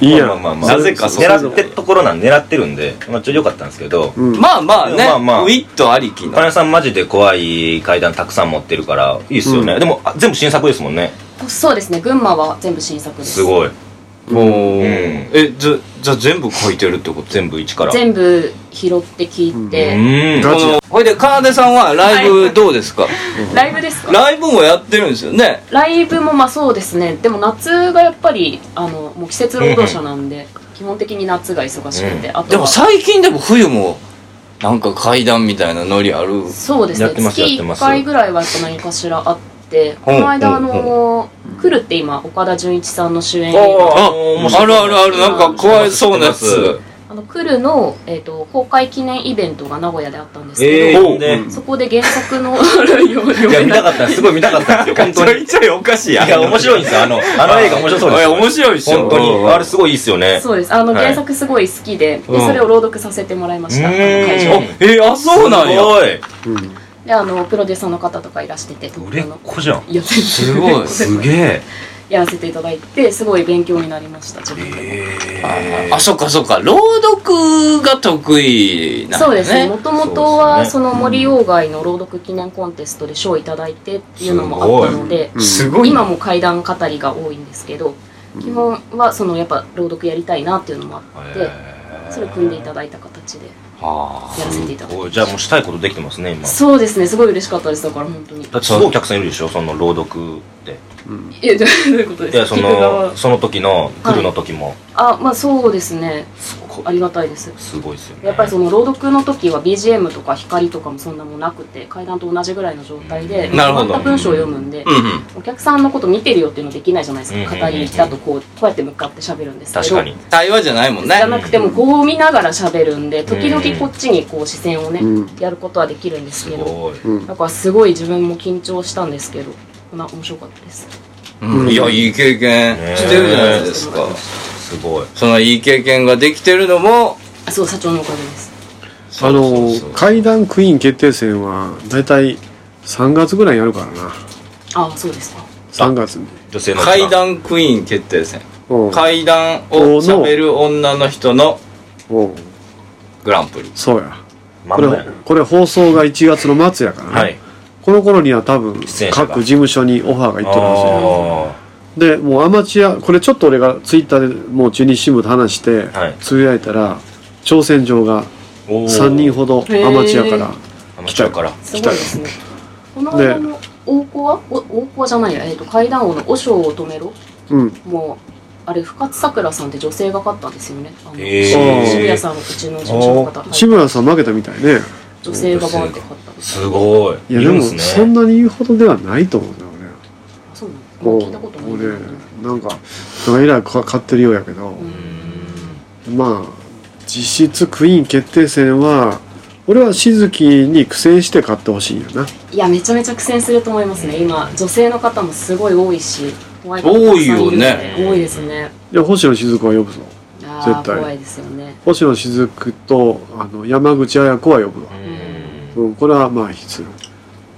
[SPEAKER 1] いいや
[SPEAKER 3] まあ
[SPEAKER 1] ん
[SPEAKER 3] まあまあ、
[SPEAKER 2] なぜかそう
[SPEAKER 3] 狙ってるところなん、狙ってるんで、まあちょ、良かったんですけど、
[SPEAKER 1] うん
[SPEAKER 2] まあまあね、
[SPEAKER 3] まあまあ
[SPEAKER 2] ウィットありきの。
[SPEAKER 3] 金井さんマジで怖い階段たくさん持ってるから、いいっすよね。
[SPEAKER 1] うん
[SPEAKER 3] でも、あ全部新作ですもんね。
[SPEAKER 4] そうですね。群馬は全部新作です。
[SPEAKER 3] すごい。
[SPEAKER 2] もう、
[SPEAKER 3] ん
[SPEAKER 2] え、じゃ、じゃあ全部書いてるってこと
[SPEAKER 3] 全部一から。
[SPEAKER 4] 全部拾って聞いて、
[SPEAKER 3] うん。
[SPEAKER 1] ガチ
[SPEAKER 2] このほいで、かなでさんはライブどうですか、
[SPEAKER 4] ライブですか
[SPEAKER 2] ライブもやってるんですよね。
[SPEAKER 4] ライブもまあそうですね。でも夏がやっぱり、あの、もう季節労働者なんで、基本的に夏が忙しくて、あとは
[SPEAKER 2] でも最近でも冬も、なんか階段みたいなノリある。
[SPEAKER 4] そうです
[SPEAKER 3] や
[SPEAKER 4] ね
[SPEAKER 3] ってます
[SPEAKER 4] 月
[SPEAKER 3] やってま
[SPEAKER 4] 1
[SPEAKER 3] す
[SPEAKER 4] 回ぐらいはやっぱ何かしらあってこの間あの来るって今岡田准一さんの主演映画
[SPEAKER 2] あ、
[SPEAKER 3] 面
[SPEAKER 2] あ
[SPEAKER 3] 白い
[SPEAKER 2] るあるある、なんか怖いそうなや
[SPEAKER 3] 知ってま
[SPEAKER 2] つ
[SPEAKER 3] す。
[SPEAKER 4] あの来るの、えー、と公開記念イベントが名古屋であったんです
[SPEAKER 3] え
[SPEAKER 4] け
[SPEAKER 3] え
[SPEAKER 4] ど、
[SPEAKER 3] ー、ね。
[SPEAKER 4] そこで原作の 内容を読
[SPEAKER 3] いや、
[SPEAKER 4] め
[SPEAKER 3] 見た
[SPEAKER 4] な
[SPEAKER 3] かった、すごい見たかったんですよ、本当に。い
[SPEAKER 2] ちゃいおかしい
[SPEAKER 3] や、面白いんですよ、あの、あの映画面白そうです
[SPEAKER 2] いや
[SPEAKER 3] よ。
[SPEAKER 2] 面白いっしょ
[SPEAKER 3] 本当
[SPEAKER 2] うん
[SPEAKER 3] に。あれすごいいいっすよね。
[SPEAKER 4] そうですあの
[SPEAKER 3] はい
[SPEAKER 4] 原作すごい好きで,、
[SPEAKER 2] うん
[SPEAKER 4] でそれを朗読させてもらいました、あの会
[SPEAKER 3] う
[SPEAKER 4] 場
[SPEAKER 3] ん
[SPEAKER 4] で
[SPEAKER 2] えあ、そうなんや。
[SPEAKER 4] であのプロデューサーの方とかいらしてて
[SPEAKER 3] すごい。売れ
[SPEAKER 4] あ
[SPEAKER 3] っ
[SPEAKER 4] の
[SPEAKER 3] 子じゃん。
[SPEAKER 4] やってて
[SPEAKER 2] すごい
[SPEAKER 3] すげえ。
[SPEAKER 4] やらせていただいてすごい勉強になりました自分でも
[SPEAKER 2] あ、そっかそっか。朗読が得意なんだね。
[SPEAKER 4] そうですね。もともとは、
[SPEAKER 3] そ
[SPEAKER 4] そう
[SPEAKER 3] ですね
[SPEAKER 4] の森鴎外の朗読記念コンテストで賞をいただいてっていうのもあったので、
[SPEAKER 2] すごい。
[SPEAKER 4] 今も怪談語りが多いんですけど、基本は、その、やっぱ朗読やりたいなっていうのもあって、それを組んでいただいた形で
[SPEAKER 2] は
[SPEAKER 4] やらせていただい
[SPEAKER 3] おいじゃあもうしたいことできてますね、今
[SPEAKER 4] た。。そうですね、すごい嬉しかったです、だから本当に。
[SPEAKER 3] だってすごいお客さんいるでしょ、その朗読って。
[SPEAKER 4] い や、どういうこと
[SPEAKER 3] い
[SPEAKER 4] で
[SPEAKER 3] や、
[SPEAKER 4] すか
[SPEAKER 3] そ
[SPEAKER 4] 聞く側
[SPEAKER 3] の、その時の、来るの時も、
[SPEAKER 4] あ、まあそうですね、
[SPEAKER 3] すご
[SPEAKER 4] ありがたいです。
[SPEAKER 3] すごいですよね。
[SPEAKER 4] やっぱりその朗読の時は BGM とか光とかもそんなもんなくて階段と同じぐらいの状態で
[SPEAKER 2] なるほど
[SPEAKER 4] まった文章を読むんで、
[SPEAKER 2] うんうん。
[SPEAKER 4] お客さんのこと見てるよっていうのできないじゃないです
[SPEAKER 3] うんう
[SPEAKER 4] か
[SPEAKER 3] んうん
[SPEAKER 4] 語りだとこうこうやって向かって喋るんですけど
[SPEAKER 3] 確かに。
[SPEAKER 2] 対話じゃないもん
[SPEAKER 4] じ
[SPEAKER 2] ね
[SPEAKER 4] ゃ。なくてもこう見ながら喋るんで時々
[SPEAKER 3] うん
[SPEAKER 4] こっちにこう視線をね
[SPEAKER 1] うん
[SPEAKER 4] やることはできるんです
[SPEAKER 3] す
[SPEAKER 4] けど
[SPEAKER 3] ごい。
[SPEAKER 4] だからすごい自分も緊張したんですけどまあ面白かったです
[SPEAKER 2] うんいや、いい経験してるじゃないですか。
[SPEAKER 3] すごい。
[SPEAKER 2] そのいい経験ができてるのも、
[SPEAKER 4] あそう社長のおかげです
[SPEAKER 1] あの
[SPEAKER 2] そうそうそう
[SPEAKER 1] 階段クイーン決定戦は大体3月ぐらいやるからな
[SPEAKER 4] ああそうですか
[SPEAKER 1] 3月に
[SPEAKER 3] 女性の
[SPEAKER 2] 階段クイーン決定戦。
[SPEAKER 1] うん
[SPEAKER 2] 階段を喋る女の人の
[SPEAKER 1] うん
[SPEAKER 2] グランプリ。
[SPEAKER 1] そうや
[SPEAKER 3] ま
[SPEAKER 1] こ
[SPEAKER 3] ん
[SPEAKER 1] れ
[SPEAKER 3] まやな
[SPEAKER 1] これ放送が1月の末やからね、
[SPEAKER 3] はい。
[SPEAKER 1] この頃には多分
[SPEAKER 3] 出演者が
[SPEAKER 1] 各事務所にオファーがいってるはずや
[SPEAKER 3] あ
[SPEAKER 1] でもうアマチュアこれちょっと俺がツイッターでもう中日新聞と話して
[SPEAKER 3] はい
[SPEAKER 1] つぶやいたら、挑戦状が
[SPEAKER 3] ーおー
[SPEAKER 1] 3人ほどアマチュアか
[SPEAKER 4] へ
[SPEAKER 1] ら
[SPEAKER 3] 来ちゃうから。
[SPEAKER 4] すごいですね。この間の大子はお大子じゃないや、えっ、と、階段王の和尚を止めろ。
[SPEAKER 8] うん
[SPEAKER 4] もう、あれ、深津さくらさんって女性が勝ったんですよね。あの
[SPEAKER 3] へ
[SPEAKER 8] ー
[SPEAKER 4] 渋谷さん、うちの事務所の方、
[SPEAKER 8] 志村さん負けたみたいね
[SPEAKER 4] 女性がバーンって勝ったんです。
[SPEAKER 3] すごい。
[SPEAKER 8] いやで
[SPEAKER 3] るん
[SPEAKER 8] も
[SPEAKER 3] すね
[SPEAKER 8] そんなに言うほどではないと思うんだよね
[SPEAKER 4] そうなんですか。
[SPEAKER 8] も
[SPEAKER 4] 聞いたことな
[SPEAKER 8] う
[SPEAKER 4] い。
[SPEAKER 8] 俺なんかなんかえらいか買ってるようやけど、まあ実質クイーン決定戦は俺はしずきに苦戦して買ってほしいんやない
[SPEAKER 4] や、めちゃめちゃ苦戦すると思いますね。今、女性の方もすごい多いし、怖い方もたくさんるん
[SPEAKER 2] 多
[SPEAKER 4] で
[SPEAKER 2] いよ
[SPEAKER 4] 多いですね。
[SPEAKER 8] いや星野しずくは呼ぶぞ
[SPEAKER 4] あ
[SPEAKER 8] 絶
[SPEAKER 4] あ、
[SPEAKER 8] 対
[SPEAKER 4] 怖いですよね。
[SPEAKER 8] 星野しずくとあの山口綾子は呼ぶわ
[SPEAKER 3] う、
[SPEAKER 8] うん、これはまあ必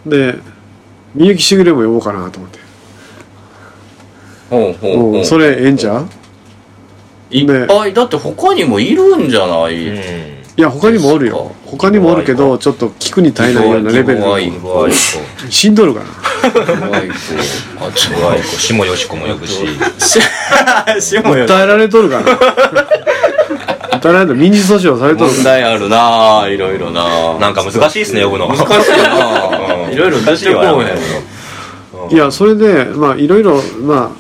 [SPEAKER 8] 要でみゆきしぐれも呼ぼうかなと思って、
[SPEAKER 2] ほうほう
[SPEAKER 8] う
[SPEAKER 2] ほ
[SPEAKER 8] ん、
[SPEAKER 2] う
[SPEAKER 8] それええんちゃう
[SPEAKER 2] いっぱいだって他にもいるんじゃない、
[SPEAKER 3] ん。
[SPEAKER 8] いや他にもおる
[SPEAKER 2] そう
[SPEAKER 8] よ
[SPEAKER 2] か
[SPEAKER 8] 他にもおるけどちょっと聞くに耐えないようなレベル
[SPEAKER 2] 怖い怖い子
[SPEAKER 8] しんど るかな
[SPEAKER 2] 怖 い子あちょ
[SPEAKER 3] 怖い子、下よしこも呼ぶし。
[SPEAKER 2] しもよ
[SPEAKER 8] 訴えられとるか な訴えられとる民事訴訟されとる
[SPEAKER 2] 問
[SPEAKER 8] かな
[SPEAKER 2] 題あるなぁいろいろな ぁ
[SPEAKER 3] なんか難しいですね、呼ぶの。
[SPEAKER 2] 難しいなぁいろいろ出してこうや
[SPEAKER 8] いやそれでまあいろいろま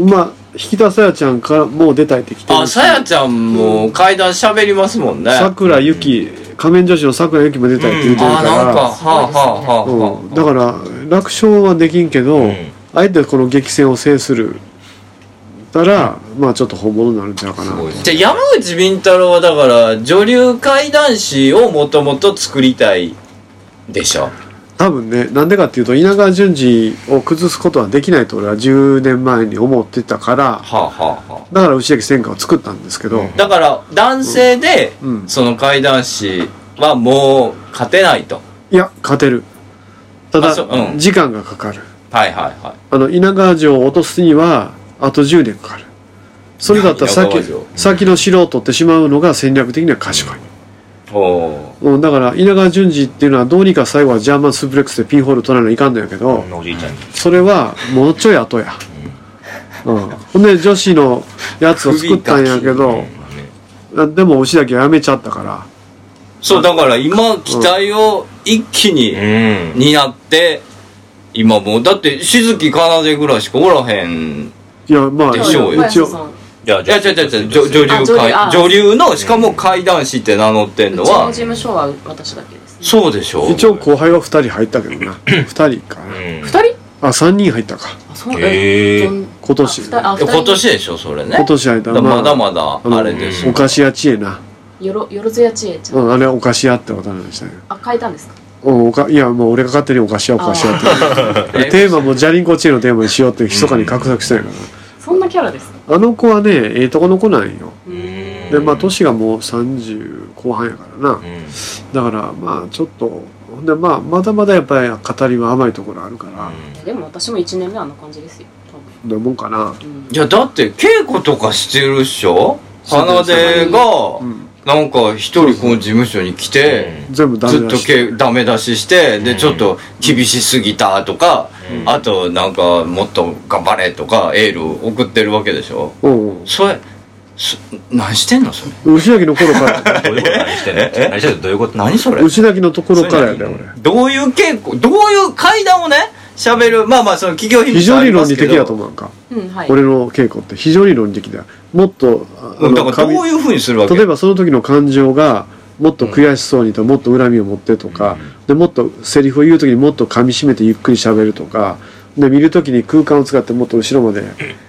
[SPEAKER 8] あまあ引き田さやちゃんからもう出たいってきてる
[SPEAKER 2] あ
[SPEAKER 8] し
[SPEAKER 2] さやちゃんも階段喋りますもんね
[SPEAKER 8] さくらゆき仮面女子のさくらゆきも出たいって言うてる
[SPEAKER 2] あなんかは
[SPEAKER 8] か
[SPEAKER 2] あはあは
[SPEAKER 8] ら、
[SPEAKER 2] あ
[SPEAKER 8] うん、だ
[SPEAKER 2] は
[SPEAKER 8] から楽勝はできんけど、
[SPEAKER 3] うん
[SPEAKER 8] あえてこの激戦を制するたら、まあちょっと本物になるんちゃうかな
[SPEAKER 3] ごい
[SPEAKER 2] あじゃあ山口敏太郎はだから女流怪談師をもともと作りたいでしょ
[SPEAKER 8] 多分ねなんでかっていうと稲川淳二を崩すことはできないと俺は10年前に思ってたから
[SPEAKER 2] はあはあは
[SPEAKER 8] だから牛焼戦果を作ったんですけど、
[SPEAKER 3] うん
[SPEAKER 2] あだから男性で
[SPEAKER 8] うん
[SPEAKER 2] その怪談師はもう勝てないと
[SPEAKER 8] いや勝てるただ
[SPEAKER 2] あ、そううん
[SPEAKER 8] 時間がかかる
[SPEAKER 2] はいはいはい
[SPEAKER 8] あの稲川城を落とすにはあと10年かかるそれだったら
[SPEAKER 2] いや稲
[SPEAKER 8] 先
[SPEAKER 2] 川城
[SPEAKER 8] 先の城を取ってしまうのが戦略的には賢い、
[SPEAKER 2] おお
[SPEAKER 8] うん、だから稲川淳二っていうのはどうにか最後はジャーマンスープレックスでピンホール取らないといかんのやけど、
[SPEAKER 3] こんなおじいちゃんに。
[SPEAKER 8] それはもうちょい後や、うん、ほんで女子のやつを作ったんやけどあでも牛だけやめちゃったから
[SPEAKER 2] そうだから今期待を一気に、
[SPEAKER 3] うん。
[SPEAKER 2] になって今もうだって静木かなでぐらいしかおらへん
[SPEAKER 8] いやまあ
[SPEAKER 2] でしょうよ
[SPEAKER 8] 一
[SPEAKER 4] 一
[SPEAKER 8] 応
[SPEAKER 4] 応。
[SPEAKER 3] いや、
[SPEAKER 2] いや違う違う違う女女流
[SPEAKER 4] あ女流
[SPEAKER 2] 怪
[SPEAKER 4] あ
[SPEAKER 2] 女流のしかも怪談師って名乗ってん
[SPEAKER 4] うち
[SPEAKER 2] の
[SPEAKER 4] の
[SPEAKER 2] は
[SPEAKER 4] 事務所は私だけです、ね。
[SPEAKER 2] そうでしょ
[SPEAKER 8] 一応後輩は2人入ったけ どな2人かな
[SPEAKER 3] うん
[SPEAKER 4] 二人
[SPEAKER 8] あ3人入ったか
[SPEAKER 4] あ、そう
[SPEAKER 3] へー
[SPEAKER 4] どん
[SPEAKER 8] 今年
[SPEAKER 4] あ二人あ二人
[SPEAKER 2] 今年でしょそれね
[SPEAKER 8] 今年入った
[SPEAKER 2] だからまだまだ
[SPEAKER 8] の
[SPEAKER 2] あれです
[SPEAKER 8] お菓子屋知恵な、
[SPEAKER 4] よろ、よろずやちえちゃん。
[SPEAKER 8] うん、あれお菓子屋ってことなんでしたね
[SPEAKER 4] あ、変えたんですか
[SPEAKER 8] うんおかいやもう俺が勝手にお菓子屋お菓子屋 ってテーマもジャリンコ知恵のテーマにしようって密かに画策してないから、
[SPEAKER 4] そんなキャラですか
[SPEAKER 8] あの子はねええとこの子なんよ
[SPEAKER 4] うん
[SPEAKER 8] でまあ年がもう30後半やからな
[SPEAKER 3] うん
[SPEAKER 8] だからまあちょっとほんでまあまだまだやっぱり語りは甘いところあるから
[SPEAKER 4] でも私も1年目あんな感じですよ。
[SPEAKER 8] なもんかな
[SPEAKER 4] 多分。うん
[SPEAKER 2] いやだって稽古とかしてるっしょ
[SPEAKER 8] そう
[SPEAKER 2] 花出が
[SPEAKER 8] うん
[SPEAKER 2] なんか一人この事務所に来て
[SPEAKER 8] 全部ダ
[SPEAKER 2] ず
[SPEAKER 8] メ
[SPEAKER 2] っ
[SPEAKER 8] だ
[SPEAKER 2] と
[SPEAKER 8] し
[SPEAKER 2] けダメ出ししてでちょっと厳しすぎたとか
[SPEAKER 3] うん
[SPEAKER 2] あとなんかもっと頑張れとかエール送ってるわけでしょ
[SPEAKER 8] うん
[SPEAKER 2] それそ何してんのそれ
[SPEAKER 8] うん牛崎の頃から
[SPEAKER 3] どういうこと何してんの何してんのどういうこと
[SPEAKER 2] 何それ
[SPEAKER 8] 牛崎のところからやね
[SPEAKER 3] そう
[SPEAKER 8] 俺
[SPEAKER 3] や
[SPEAKER 2] どういう稽古どういう階段をね喋るまあまあその企業秘
[SPEAKER 8] 非
[SPEAKER 2] 密
[SPEAKER 8] 常
[SPEAKER 2] あ
[SPEAKER 8] に
[SPEAKER 2] りま
[SPEAKER 8] 論
[SPEAKER 2] す
[SPEAKER 8] 理
[SPEAKER 2] け
[SPEAKER 8] 的
[SPEAKER 2] ど
[SPEAKER 8] やと思うなんか
[SPEAKER 4] うん、はい。
[SPEAKER 8] 俺の稽古って非常に論理的だよもっとああ
[SPEAKER 2] うん
[SPEAKER 8] の
[SPEAKER 2] だからどういうふうにするわけ
[SPEAKER 8] 例えばその時の感情がもっと悔しそうにともっと恨みを持ってとか、でもっとセリフを言う時にもっと噛みしめてゆっくり喋るとかで見る時に空間を使ってもっと後ろまで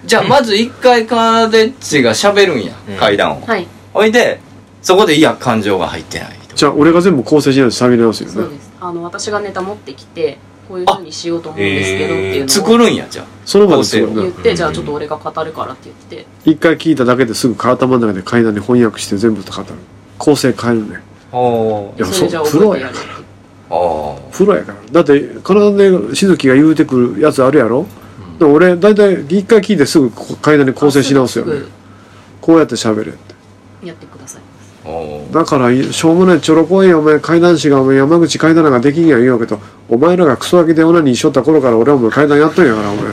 [SPEAKER 2] じゃあまず一回カーデッチが喋るんや
[SPEAKER 3] うん
[SPEAKER 2] 階段を
[SPEAKER 4] はい。
[SPEAKER 2] ほいでそこでいや感情が入ってないと
[SPEAKER 8] じゃあ俺が全部構成しないと喋り直すよ
[SPEAKER 4] そう
[SPEAKER 8] ね
[SPEAKER 4] です。あの、私がネタ持ってきて、こういうふうにしようと思うんですけどっていう
[SPEAKER 2] 作
[SPEAKER 4] のを
[SPEAKER 2] るんやじゃあ
[SPEAKER 8] その場ですごい
[SPEAKER 2] 構成
[SPEAKER 4] 言
[SPEAKER 8] な
[SPEAKER 4] って、じゃあちょっと俺が語るからって言って、
[SPEAKER 8] 一回聞いただけですぐ頭の中で階段で翻訳して全部語る構成変えるね
[SPEAKER 2] あ
[SPEAKER 8] いや
[SPEAKER 4] それじゃあ
[SPEAKER 8] そう
[SPEAKER 4] 覚えてやるって
[SPEAKER 2] あ
[SPEAKER 8] プロやからだって体でしずきが言うてくるやつあるやろ、で俺大体一回聞いてすぐこ階段で構成し直すよねこうやって喋れって
[SPEAKER 4] ぐやってください。
[SPEAKER 2] あー
[SPEAKER 8] だからしょうもないちょろこいやお前怪談師がお前山口怪談なんかできんや言うけどお前らがクソガキでオナニーしょった頃から俺はお前怪談やっとんやからお前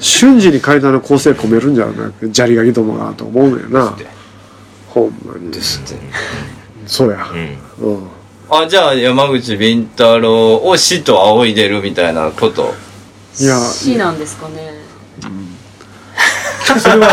[SPEAKER 8] 瞬時に怪談の構成込めるんじゃなく砂利ガキどもがと思うのよな
[SPEAKER 2] って
[SPEAKER 8] ほんまに
[SPEAKER 2] ですって
[SPEAKER 8] そうや
[SPEAKER 3] うん
[SPEAKER 8] うん
[SPEAKER 2] あ、じゃあ山口敏太郎を死と仰いでるみたいなこと。
[SPEAKER 8] いや
[SPEAKER 4] 死なんですかね
[SPEAKER 8] それは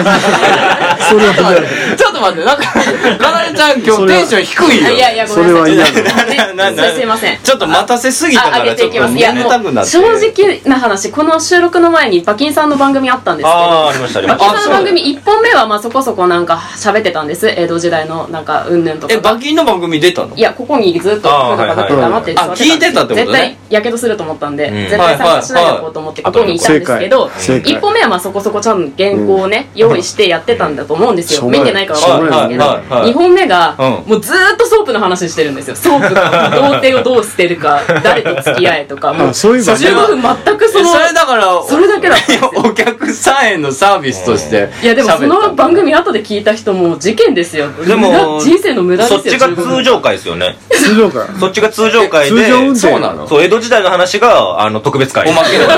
[SPEAKER 8] それは
[SPEAKER 2] ちょっと待って、なんか、かなでちゃん今
[SPEAKER 8] そ
[SPEAKER 2] 日
[SPEAKER 8] れは
[SPEAKER 2] テンション低いよ。
[SPEAKER 4] いやい やごめんなさ
[SPEAKER 8] そ
[SPEAKER 4] い
[SPEAKER 8] れは
[SPEAKER 2] 嫌だ
[SPEAKER 4] ちょっとすいません
[SPEAKER 2] ちょっと待たせすぎた
[SPEAKER 4] あ
[SPEAKER 2] か
[SPEAKER 4] 上
[SPEAKER 2] ら
[SPEAKER 4] げ
[SPEAKER 2] ち
[SPEAKER 4] て
[SPEAKER 2] ょ
[SPEAKER 4] い
[SPEAKER 2] っ
[SPEAKER 4] きま
[SPEAKER 2] と
[SPEAKER 4] すい
[SPEAKER 2] 寝
[SPEAKER 4] やもう
[SPEAKER 2] たくなって。
[SPEAKER 4] 正直な話この収録の前に馬琴さんの番組あったんですけど
[SPEAKER 3] ああ、ありました、あり
[SPEAKER 4] 馬
[SPEAKER 3] まし
[SPEAKER 4] 琴
[SPEAKER 3] た。
[SPEAKER 4] さんの番組1本目はまあそこそこなんか喋ってたんです江戸時代のなんかうんぬんとか
[SPEAKER 2] え、馬琴の番組出たの
[SPEAKER 4] いやここにずっと
[SPEAKER 3] あー
[SPEAKER 4] ガタガタガタ
[SPEAKER 8] はいはい
[SPEAKER 4] 黙って座
[SPEAKER 2] あ聞いてたってことね
[SPEAKER 4] 絶対やけどすると思ったんで、
[SPEAKER 3] うん
[SPEAKER 4] 絶対参加しないでおこうと思ってここにいたんですけど、
[SPEAKER 8] 正解
[SPEAKER 4] 一本目はまあそこそこちゃんと原稿をね、用意してやってたんだと思うんです
[SPEAKER 8] しょ
[SPEAKER 4] よ
[SPEAKER 8] うがな
[SPEAKER 4] 見
[SPEAKER 8] い
[SPEAKER 4] てないから分かんないですけ
[SPEAKER 2] はいはいはい
[SPEAKER 4] ど
[SPEAKER 2] はい
[SPEAKER 4] 二本目が
[SPEAKER 2] うん
[SPEAKER 4] もうずーっとソープの話してるんですよソープが童貞をどう捨てるか誰と付き合えとかもう
[SPEAKER 8] あそういうこと
[SPEAKER 4] 15分全くそ
[SPEAKER 2] え
[SPEAKER 4] の
[SPEAKER 2] それだから、
[SPEAKER 4] それだけだったんですよ
[SPEAKER 2] お客さんへのサービスとして。
[SPEAKER 4] いやでもそ
[SPEAKER 2] 喋
[SPEAKER 4] の
[SPEAKER 2] った
[SPEAKER 4] 番組後で聞いた人も事件ですよ
[SPEAKER 3] でも
[SPEAKER 4] 無駄人生の無駄
[SPEAKER 3] そっ
[SPEAKER 4] です
[SPEAKER 3] ち
[SPEAKER 4] よ
[SPEAKER 3] が
[SPEAKER 4] 十分
[SPEAKER 3] 通常回ですよね。
[SPEAKER 8] 通常か
[SPEAKER 3] そっちが通常回
[SPEAKER 8] 通常運
[SPEAKER 3] で、
[SPEAKER 8] 転
[SPEAKER 2] そうなの
[SPEAKER 3] そう、江戸時代の話が、あの、特別回。
[SPEAKER 2] おまけ
[SPEAKER 8] そう
[SPEAKER 2] だ
[SPEAKER 3] そうそう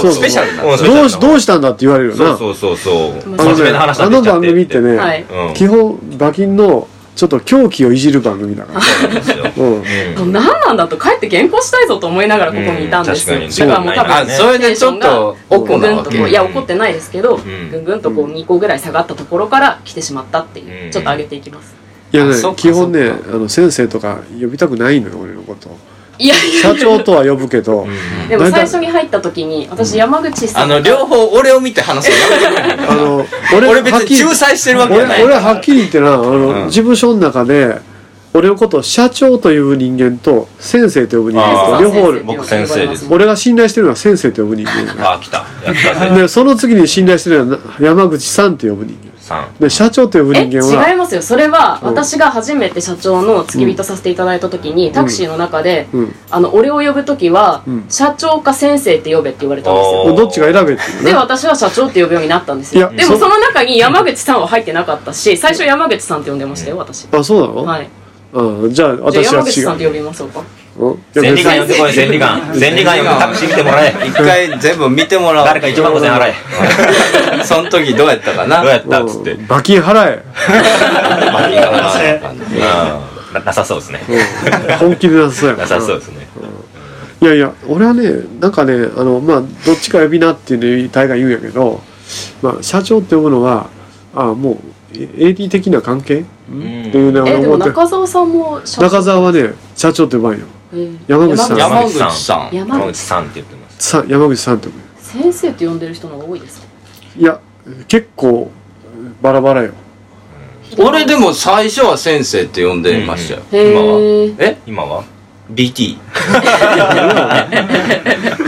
[SPEAKER 8] そう
[SPEAKER 2] スペシャルな。
[SPEAKER 3] うんスペシャ
[SPEAKER 8] ど
[SPEAKER 3] ルな
[SPEAKER 8] うしどうしたんだって言われるよ
[SPEAKER 3] そう
[SPEAKER 8] な
[SPEAKER 3] そうそうそう。
[SPEAKER 4] う
[SPEAKER 8] あの
[SPEAKER 3] 真面
[SPEAKER 8] ね
[SPEAKER 3] 目な話
[SPEAKER 8] あ
[SPEAKER 3] にな
[SPEAKER 8] の
[SPEAKER 3] っちゃ
[SPEAKER 8] 番
[SPEAKER 3] って
[SPEAKER 8] 組ってね、
[SPEAKER 4] はい
[SPEAKER 3] うん
[SPEAKER 8] 基本馬琴のちょっと狂気をいじる番組だから
[SPEAKER 3] そうなんですよ。
[SPEAKER 8] うん
[SPEAKER 3] うん
[SPEAKER 4] もう何なんだと帰って原稿したいぞと思いながらここにいたんですよ、
[SPEAKER 3] うん確か
[SPEAKER 4] だ
[SPEAKER 3] に
[SPEAKER 4] からもう多分
[SPEAKER 2] あ、それでちょっと、
[SPEAKER 4] ぐ
[SPEAKER 2] 奥
[SPEAKER 4] んぐ
[SPEAKER 2] なんわ
[SPEAKER 4] と
[SPEAKER 2] け
[SPEAKER 4] こういや怒ってないですけど、
[SPEAKER 3] ん
[SPEAKER 4] ぐんぐんとこう2個ぐらい下がったところから来てしまったっていう、
[SPEAKER 3] うん
[SPEAKER 4] ちょっと上げていきます
[SPEAKER 8] いやね
[SPEAKER 2] あそっか
[SPEAKER 8] 基本ね
[SPEAKER 2] そっ
[SPEAKER 8] あの先生とか呼びたくないのよ俺のこと
[SPEAKER 4] いやいや
[SPEAKER 8] 社長とは呼ぶけど、
[SPEAKER 4] でも最初に入った時に私山口さ
[SPEAKER 2] あ
[SPEAKER 4] んが
[SPEAKER 2] の、両方俺を見て話すのやめてくれ
[SPEAKER 8] あ の俺
[SPEAKER 2] 俺別
[SPEAKER 8] はっき
[SPEAKER 2] に
[SPEAKER 8] り
[SPEAKER 2] 仲裁してるわけ
[SPEAKER 8] 俺
[SPEAKER 2] じゃない。
[SPEAKER 8] 俺ははっきり言ってなあの、
[SPEAKER 3] うん
[SPEAKER 8] 事務所の中で俺のことを社長と呼ぶ人間と先生と呼ぶ人間
[SPEAKER 3] あ
[SPEAKER 8] と
[SPEAKER 3] ー
[SPEAKER 8] 両方おる
[SPEAKER 3] 僕先生です
[SPEAKER 8] 俺が信頼してるのは先生と呼ぶ人間
[SPEAKER 3] あ、来た。やった ぜ。
[SPEAKER 8] でその次に信頼してるのは山口さんと呼ぶ人間
[SPEAKER 3] さん。
[SPEAKER 8] で社長と呼ぶ
[SPEAKER 4] え
[SPEAKER 8] 人
[SPEAKER 4] 違
[SPEAKER 8] 間はい
[SPEAKER 4] ますよそれは
[SPEAKER 8] うん
[SPEAKER 4] 私が初めて社長の付き人させていただいた時に、タクシーの中で、
[SPEAKER 8] うん
[SPEAKER 4] あの俺を呼ぶ時は、
[SPEAKER 8] うん
[SPEAKER 4] 社長か先生って呼べって言われたんですよ
[SPEAKER 3] おー
[SPEAKER 8] どっちが選べっていう
[SPEAKER 4] で
[SPEAKER 8] ね
[SPEAKER 4] 私は社長って呼ぶようになったんです
[SPEAKER 8] い
[SPEAKER 4] よ
[SPEAKER 8] や
[SPEAKER 4] でも
[SPEAKER 8] そ
[SPEAKER 4] その中に山口さんは入ってなかったし最初山口さんって呼んでましたよ私
[SPEAKER 8] あそうなの、
[SPEAKER 4] はい
[SPEAKER 8] うん、じゃあ
[SPEAKER 4] じゃあ
[SPEAKER 8] 私
[SPEAKER 4] 山
[SPEAKER 8] は
[SPEAKER 4] 口
[SPEAKER 8] 違
[SPEAKER 4] さんっ
[SPEAKER 8] う
[SPEAKER 4] て呼びましょうか
[SPEAKER 8] うんいや
[SPEAKER 3] 千
[SPEAKER 8] 別
[SPEAKER 3] 里
[SPEAKER 8] に
[SPEAKER 3] 眼呼んでこい、千里眼。千里眼呼んでタクシー見てもらえ。
[SPEAKER 2] 一回全部見てもらおう。
[SPEAKER 3] 誰か1万5000払え。
[SPEAKER 2] その時どうやったかな。
[SPEAKER 3] どうやったっつって。
[SPEAKER 8] うん馬琴払え
[SPEAKER 3] まあいいかなうんななさそうですね。
[SPEAKER 8] 本気でなさそうや
[SPEAKER 3] なさそうですね。
[SPEAKER 8] いやいや俺はねなんかねあのまあどっちか呼びなっていうの大概言うんやけど、まあ、社長って呼ぶのはあもうえ AD 的な関係、っていうね
[SPEAKER 4] えで
[SPEAKER 8] 俺思
[SPEAKER 4] も
[SPEAKER 8] って
[SPEAKER 4] 中澤さんも社長
[SPEAKER 8] 中澤はね社長って呼ばんよ
[SPEAKER 4] うん
[SPEAKER 8] 山口さん
[SPEAKER 2] 山
[SPEAKER 3] 山
[SPEAKER 2] 口
[SPEAKER 3] 口
[SPEAKER 2] さん
[SPEAKER 3] さん。
[SPEAKER 4] 山口
[SPEAKER 3] 山口さんって言ってます。
[SPEAKER 8] さ山口さんって呼ぶ
[SPEAKER 4] 先生って呼んでる人の方が多いですか
[SPEAKER 8] いや結構バラバラよ
[SPEAKER 2] 俺でも最初は先生って呼んでましたよ。
[SPEAKER 4] へ
[SPEAKER 3] 今は
[SPEAKER 4] え
[SPEAKER 2] え
[SPEAKER 3] 今は ?BT。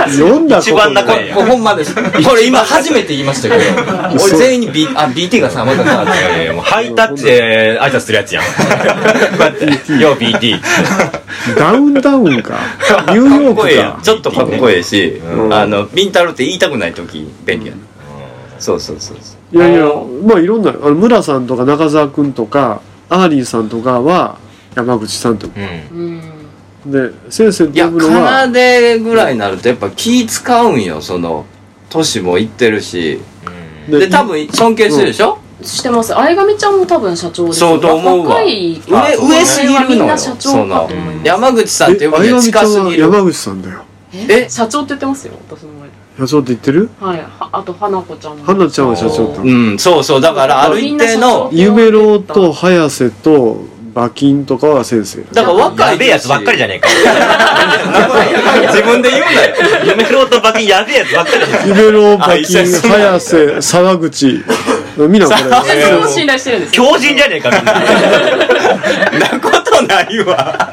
[SPEAKER 8] 読んだこと
[SPEAKER 3] 一番
[SPEAKER 2] こ
[SPEAKER 3] 仲
[SPEAKER 8] ない
[SPEAKER 3] いい
[SPEAKER 2] れ、これほんま です。これ今初めて言いましたけど、俺全員に B、あ、BT がさ、まだ
[SPEAKER 3] い
[SPEAKER 2] さ、
[SPEAKER 3] やいやもうハイタッチで挨拶するやつやん。こうやってよ、BT。
[SPEAKER 8] ダウンダウンかニュー
[SPEAKER 2] か
[SPEAKER 8] ヨ
[SPEAKER 2] っ
[SPEAKER 8] ー
[SPEAKER 2] こええ
[SPEAKER 8] ク
[SPEAKER 2] や
[SPEAKER 8] か
[SPEAKER 2] ん。ちょっとかっこええし、
[SPEAKER 8] うん
[SPEAKER 2] あの、ビンタロって言いたくない時、便利やな。そうそうそうそう。
[SPEAKER 8] いやいやまあいろんなあの村さんとか中澤君とかアーリーさんとかは山口さんとか
[SPEAKER 3] うん。
[SPEAKER 4] うん
[SPEAKER 8] で先生
[SPEAKER 2] い
[SPEAKER 8] って
[SPEAKER 2] や、
[SPEAKER 8] 呼ぶのは
[SPEAKER 2] 奏でぐらいになるとやっぱ気使うんよ、その、年も行ってるし。で、多分尊敬してるでしょ
[SPEAKER 4] してます相上ちゃんも多分社長です
[SPEAKER 2] そうと思うわ。
[SPEAKER 4] 若
[SPEAKER 2] 上、
[SPEAKER 4] い
[SPEAKER 2] 上すぎるの
[SPEAKER 4] みん
[SPEAKER 2] よ。
[SPEAKER 4] な社長
[SPEAKER 2] そ
[SPEAKER 4] か
[SPEAKER 2] の
[SPEAKER 4] と思いま、す
[SPEAKER 2] 山口さんって
[SPEAKER 8] え
[SPEAKER 2] 呼ぶに
[SPEAKER 8] 相
[SPEAKER 2] は
[SPEAKER 8] 上ちゃ
[SPEAKER 2] 近
[SPEAKER 8] ん
[SPEAKER 2] す
[SPEAKER 8] は
[SPEAKER 2] ぎる。
[SPEAKER 8] 山口さんだよ
[SPEAKER 2] え
[SPEAKER 4] 社長って言ってますよ私の前で
[SPEAKER 8] 社長って言ってる
[SPEAKER 4] はいはあと花子ちゃんも
[SPEAKER 8] 花ちゃんは社長
[SPEAKER 4] そう
[SPEAKER 8] と
[SPEAKER 2] うん、そうそう。だから、ある一定の、
[SPEAKER 8] 夢郎と早瀬と馬琴とかは先生
[SPEAKER 2] だから若い。
[SPEAKER 3] やべえやつばっかりじ
[SPEAKER 2] ゃん。
[SPEAKER 3] ゃねえか。自分で言うなよ。夢郎と馬琴やべえやつばっかりじゃね
[SPEAKER 8] 夢郎馬
[SPEAKER 3] あ一緒
[SPEAKER 8] 琴
[SPEAKER 3] に 住んでる
[SPEAKER 8] 早瀬沢口みんなこ
[SPEAKER 4] え
[SPEAKER 8] れ
[SPEAKER 4] それも信頼してるんで
[SPEAKER 3] え
[SPEAKER 4] すよ
[SPEAKER 3] 強人じゃねえか、みん な。なことないわ。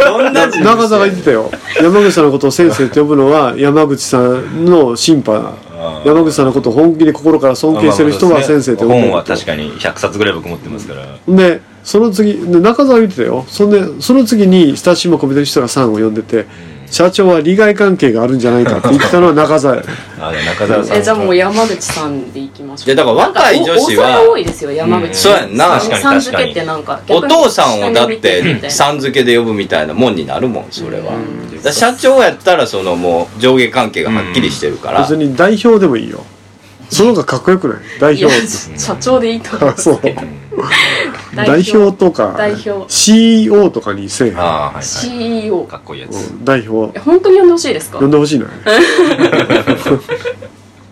[SPEAKER 3] どんな人
[SPEAKER 8] 中澤が言ってたよ山口さんのことを先生って呼ぶのは山口さんの審判山口さんのことを本気で心から尊敬してる人は先生って呼ぶ
[SPEAKER 3] 本は確かに100冊ぐらい僕持ってますから。
[SPEAKER 8] でその次で中澤言ってたよそんでその次に親しみを込めてる人がさんを呼んでて社長は利害関係があるんじゃない かって言ってたのは中澤や
[SPEAKER 3] あ、中澤さん。
[SPEAKER 4] えじゃあもう山口さんでいきましょう
[SPEAKER 2] で、だから若い女子
[SPEAKER 4] なんかお恐れ多
[SPEAKER 2] は、
[SPEAKER 4] いですよ山口
[SPEAKER 2] そうやんな
[SPEAKER 4] さんさん付けってなんか
[SPEAKER 2] お父さんをだっ
[SPEAKER 4] 逆に下に見るみた
[SPEAKER 2] て、
[SPEAKER 4] いな
[SPEAKER 2] さん付けで呼ぶみたいなもんになるもん、それは。だから社長やったら、そのもう、上下関係がはっきりしてるから。
[SPEAKER 8] 別に代表でもいいよその方がかっこよくない代
[SPEAKER 4] いや
[SPEAKER 8] 表
[SPEAKER 4] 社長でいいと思いますけど
[SPEAKER 8] あ代表とか
[SPEAKER 4] 代表
[SPEAKER 8] CEO とかにせえへん
[SPEAKER 3] ああ、はい、はい。
[SPEAKER 4] CEO
[SPEAKER 3] かっこいいやつ。
[SPEAKER 8] うん代表
[SPEAKER 4] え本当に呼んでほしいですか
[SPEAKER 8] 呼んでほしいな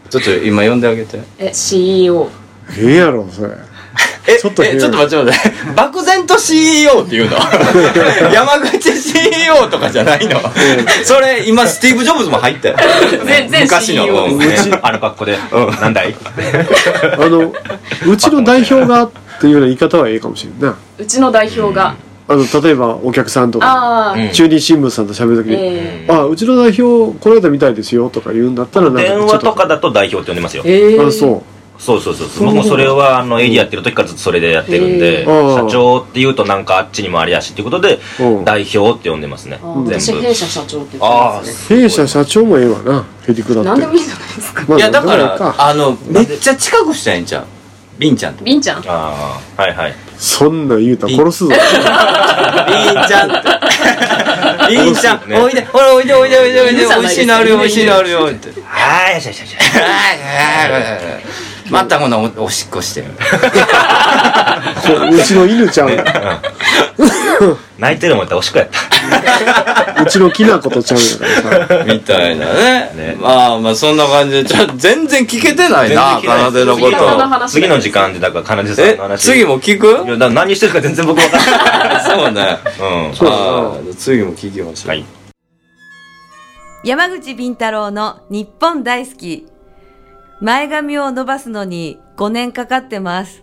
[SPEAKER 2] ちょっと今呼んであげて。
[SPEAKER 4] え CEO
[SPEAKER 8] ええやろそれ
[SPEAKER 2] え、
[SPEAKER 8] ちょっと
[SPEAKER 2] えちょっと待って待って。漠然と CEO って言うの 山口 CEO とかじゃないのそれ、今、スティーブ・ジョブズも入ったよ。
[SPEAKER 4] 全然
[SPEAKER 3] 昔の、
[SPEAKER 4] CEO
[SPEAKER 3] うんねあの格好で、なんだい
[SPEAKER 8] あのうちの代表がっていうような言い方はええかもしれんな
[SPEAKER 4] うちの代表が
[SPEAKER 8] あの例えばお客さんとか
[SPEAKER 4] ああ
[SPEAKER 3] うん
[SPEAKER 8] 中日新聞さんと喋るときに、
[SPEAKER 4] え
[SPEAKER 8] あうちの代表この間みたいですよとか言うんだったらなんかち
[SPEAKER 3] 電
[SPEAKER 8] ょっ
[SPEAKER 3] 話とかだと代表って呼んでますよ
[SPEAKER 4] ー。えー
[SPEAKER 8] あそ
[SPEAKER 3] そうそうそうそう。僕もそれは、あの、エリアやってる時からずっとそれでやってるんで、
[SPEAKER 8] えー
[SPEAKER 3] 社長って言うとなんかあっちにもありやしっていうことで、
[SPEAKER 8] う、うん、
[SPEAKER 3] 代表って呼んでますね
[SPEAKER 4] あー。私
[SPEAKER 3] 全部
[SPEAKER 4] 弊。社社長って言って
[SPEAKER 3] あ
[SPEAKER 4] ま
[SPEAKER 3] あ、
[SPEAKER 4] すね
[SPEAKER 8] 弊社社長もええわなヘリクだって
[SPEAKER 4] 何でもいいじゃないで すか
[SPEAKER 8] まあ
[SPEAKER 2] いや、だか
[SPEAKER 8] なんでもええ
[SPEAKER 2] ら、あの、めっちゃ近くしたいんちゃうビンちゃんと。
[SPEAKER 4] りんちゃん
[SPEAKER 3] ああ、はいはい。
[SPEAKER 8] そんなん言うたら殺すぞ
[SPEAKER 2] ビンちゃんって。ビンちゃん、おいで、ほら、おいで、おいで、おいで、おいで、
[SPEAKER 4] ビン
[SPEAKER 2] 美味
[SPEAKER 4] さんないです
[SPEAKER 2] しいのあるよ、美味しいのあるよ、って。
[SPEAKER 3] はい、よしよしよし。
[SPEAKER 2] またこのおおしっこしてる。
[SPEAKER 8] うちの犬ちゃうや
[SPEAKER 3] 泣いてるもんやったらおしっこやった。
[SPEAKER 8] んうちのきなことちゃうやんからさ
[SPEAKER 2] みたいなね。
[SPEAKER 3] ね
[SPEAKER 2] まあまあ、そんな感じで、ちょ全然聞けてないな、
[SPEAKER 3] 全然
[SPEAKER 2] 奏
[SPEAKER 3] 聞
[SPEAKER 2] でのこ
[SPEAKER 3] けない
[SPEAKER 4] 次の
[SPEAKER 2] と。
[SPEAKER 4] 話
[SPEAKER 3] 次の時間で、だから、かなでさん
[SPEAKER 2] え
[SPEAKER 3] の、話。
[SPEAKER 2] 次も聞
[SPEAKER 3] い
[SPEAKER 2] く
[SPEAKER 3] やだから何してるか全然僕 分からない。
[SPEAKER 2] そうね。
[SPEAKER 3] うん。
[SPEAKER 8] そう
[SPEAKER 2] あ
[SPEAKER 8] だ
[SPEAKER 2] ー次も聞きましょう。
[SPEAKER 3] はい。
[SPEAKER 7] 山口敏太郎の日本大好き。前髪を伸ばすのに5年かかってます。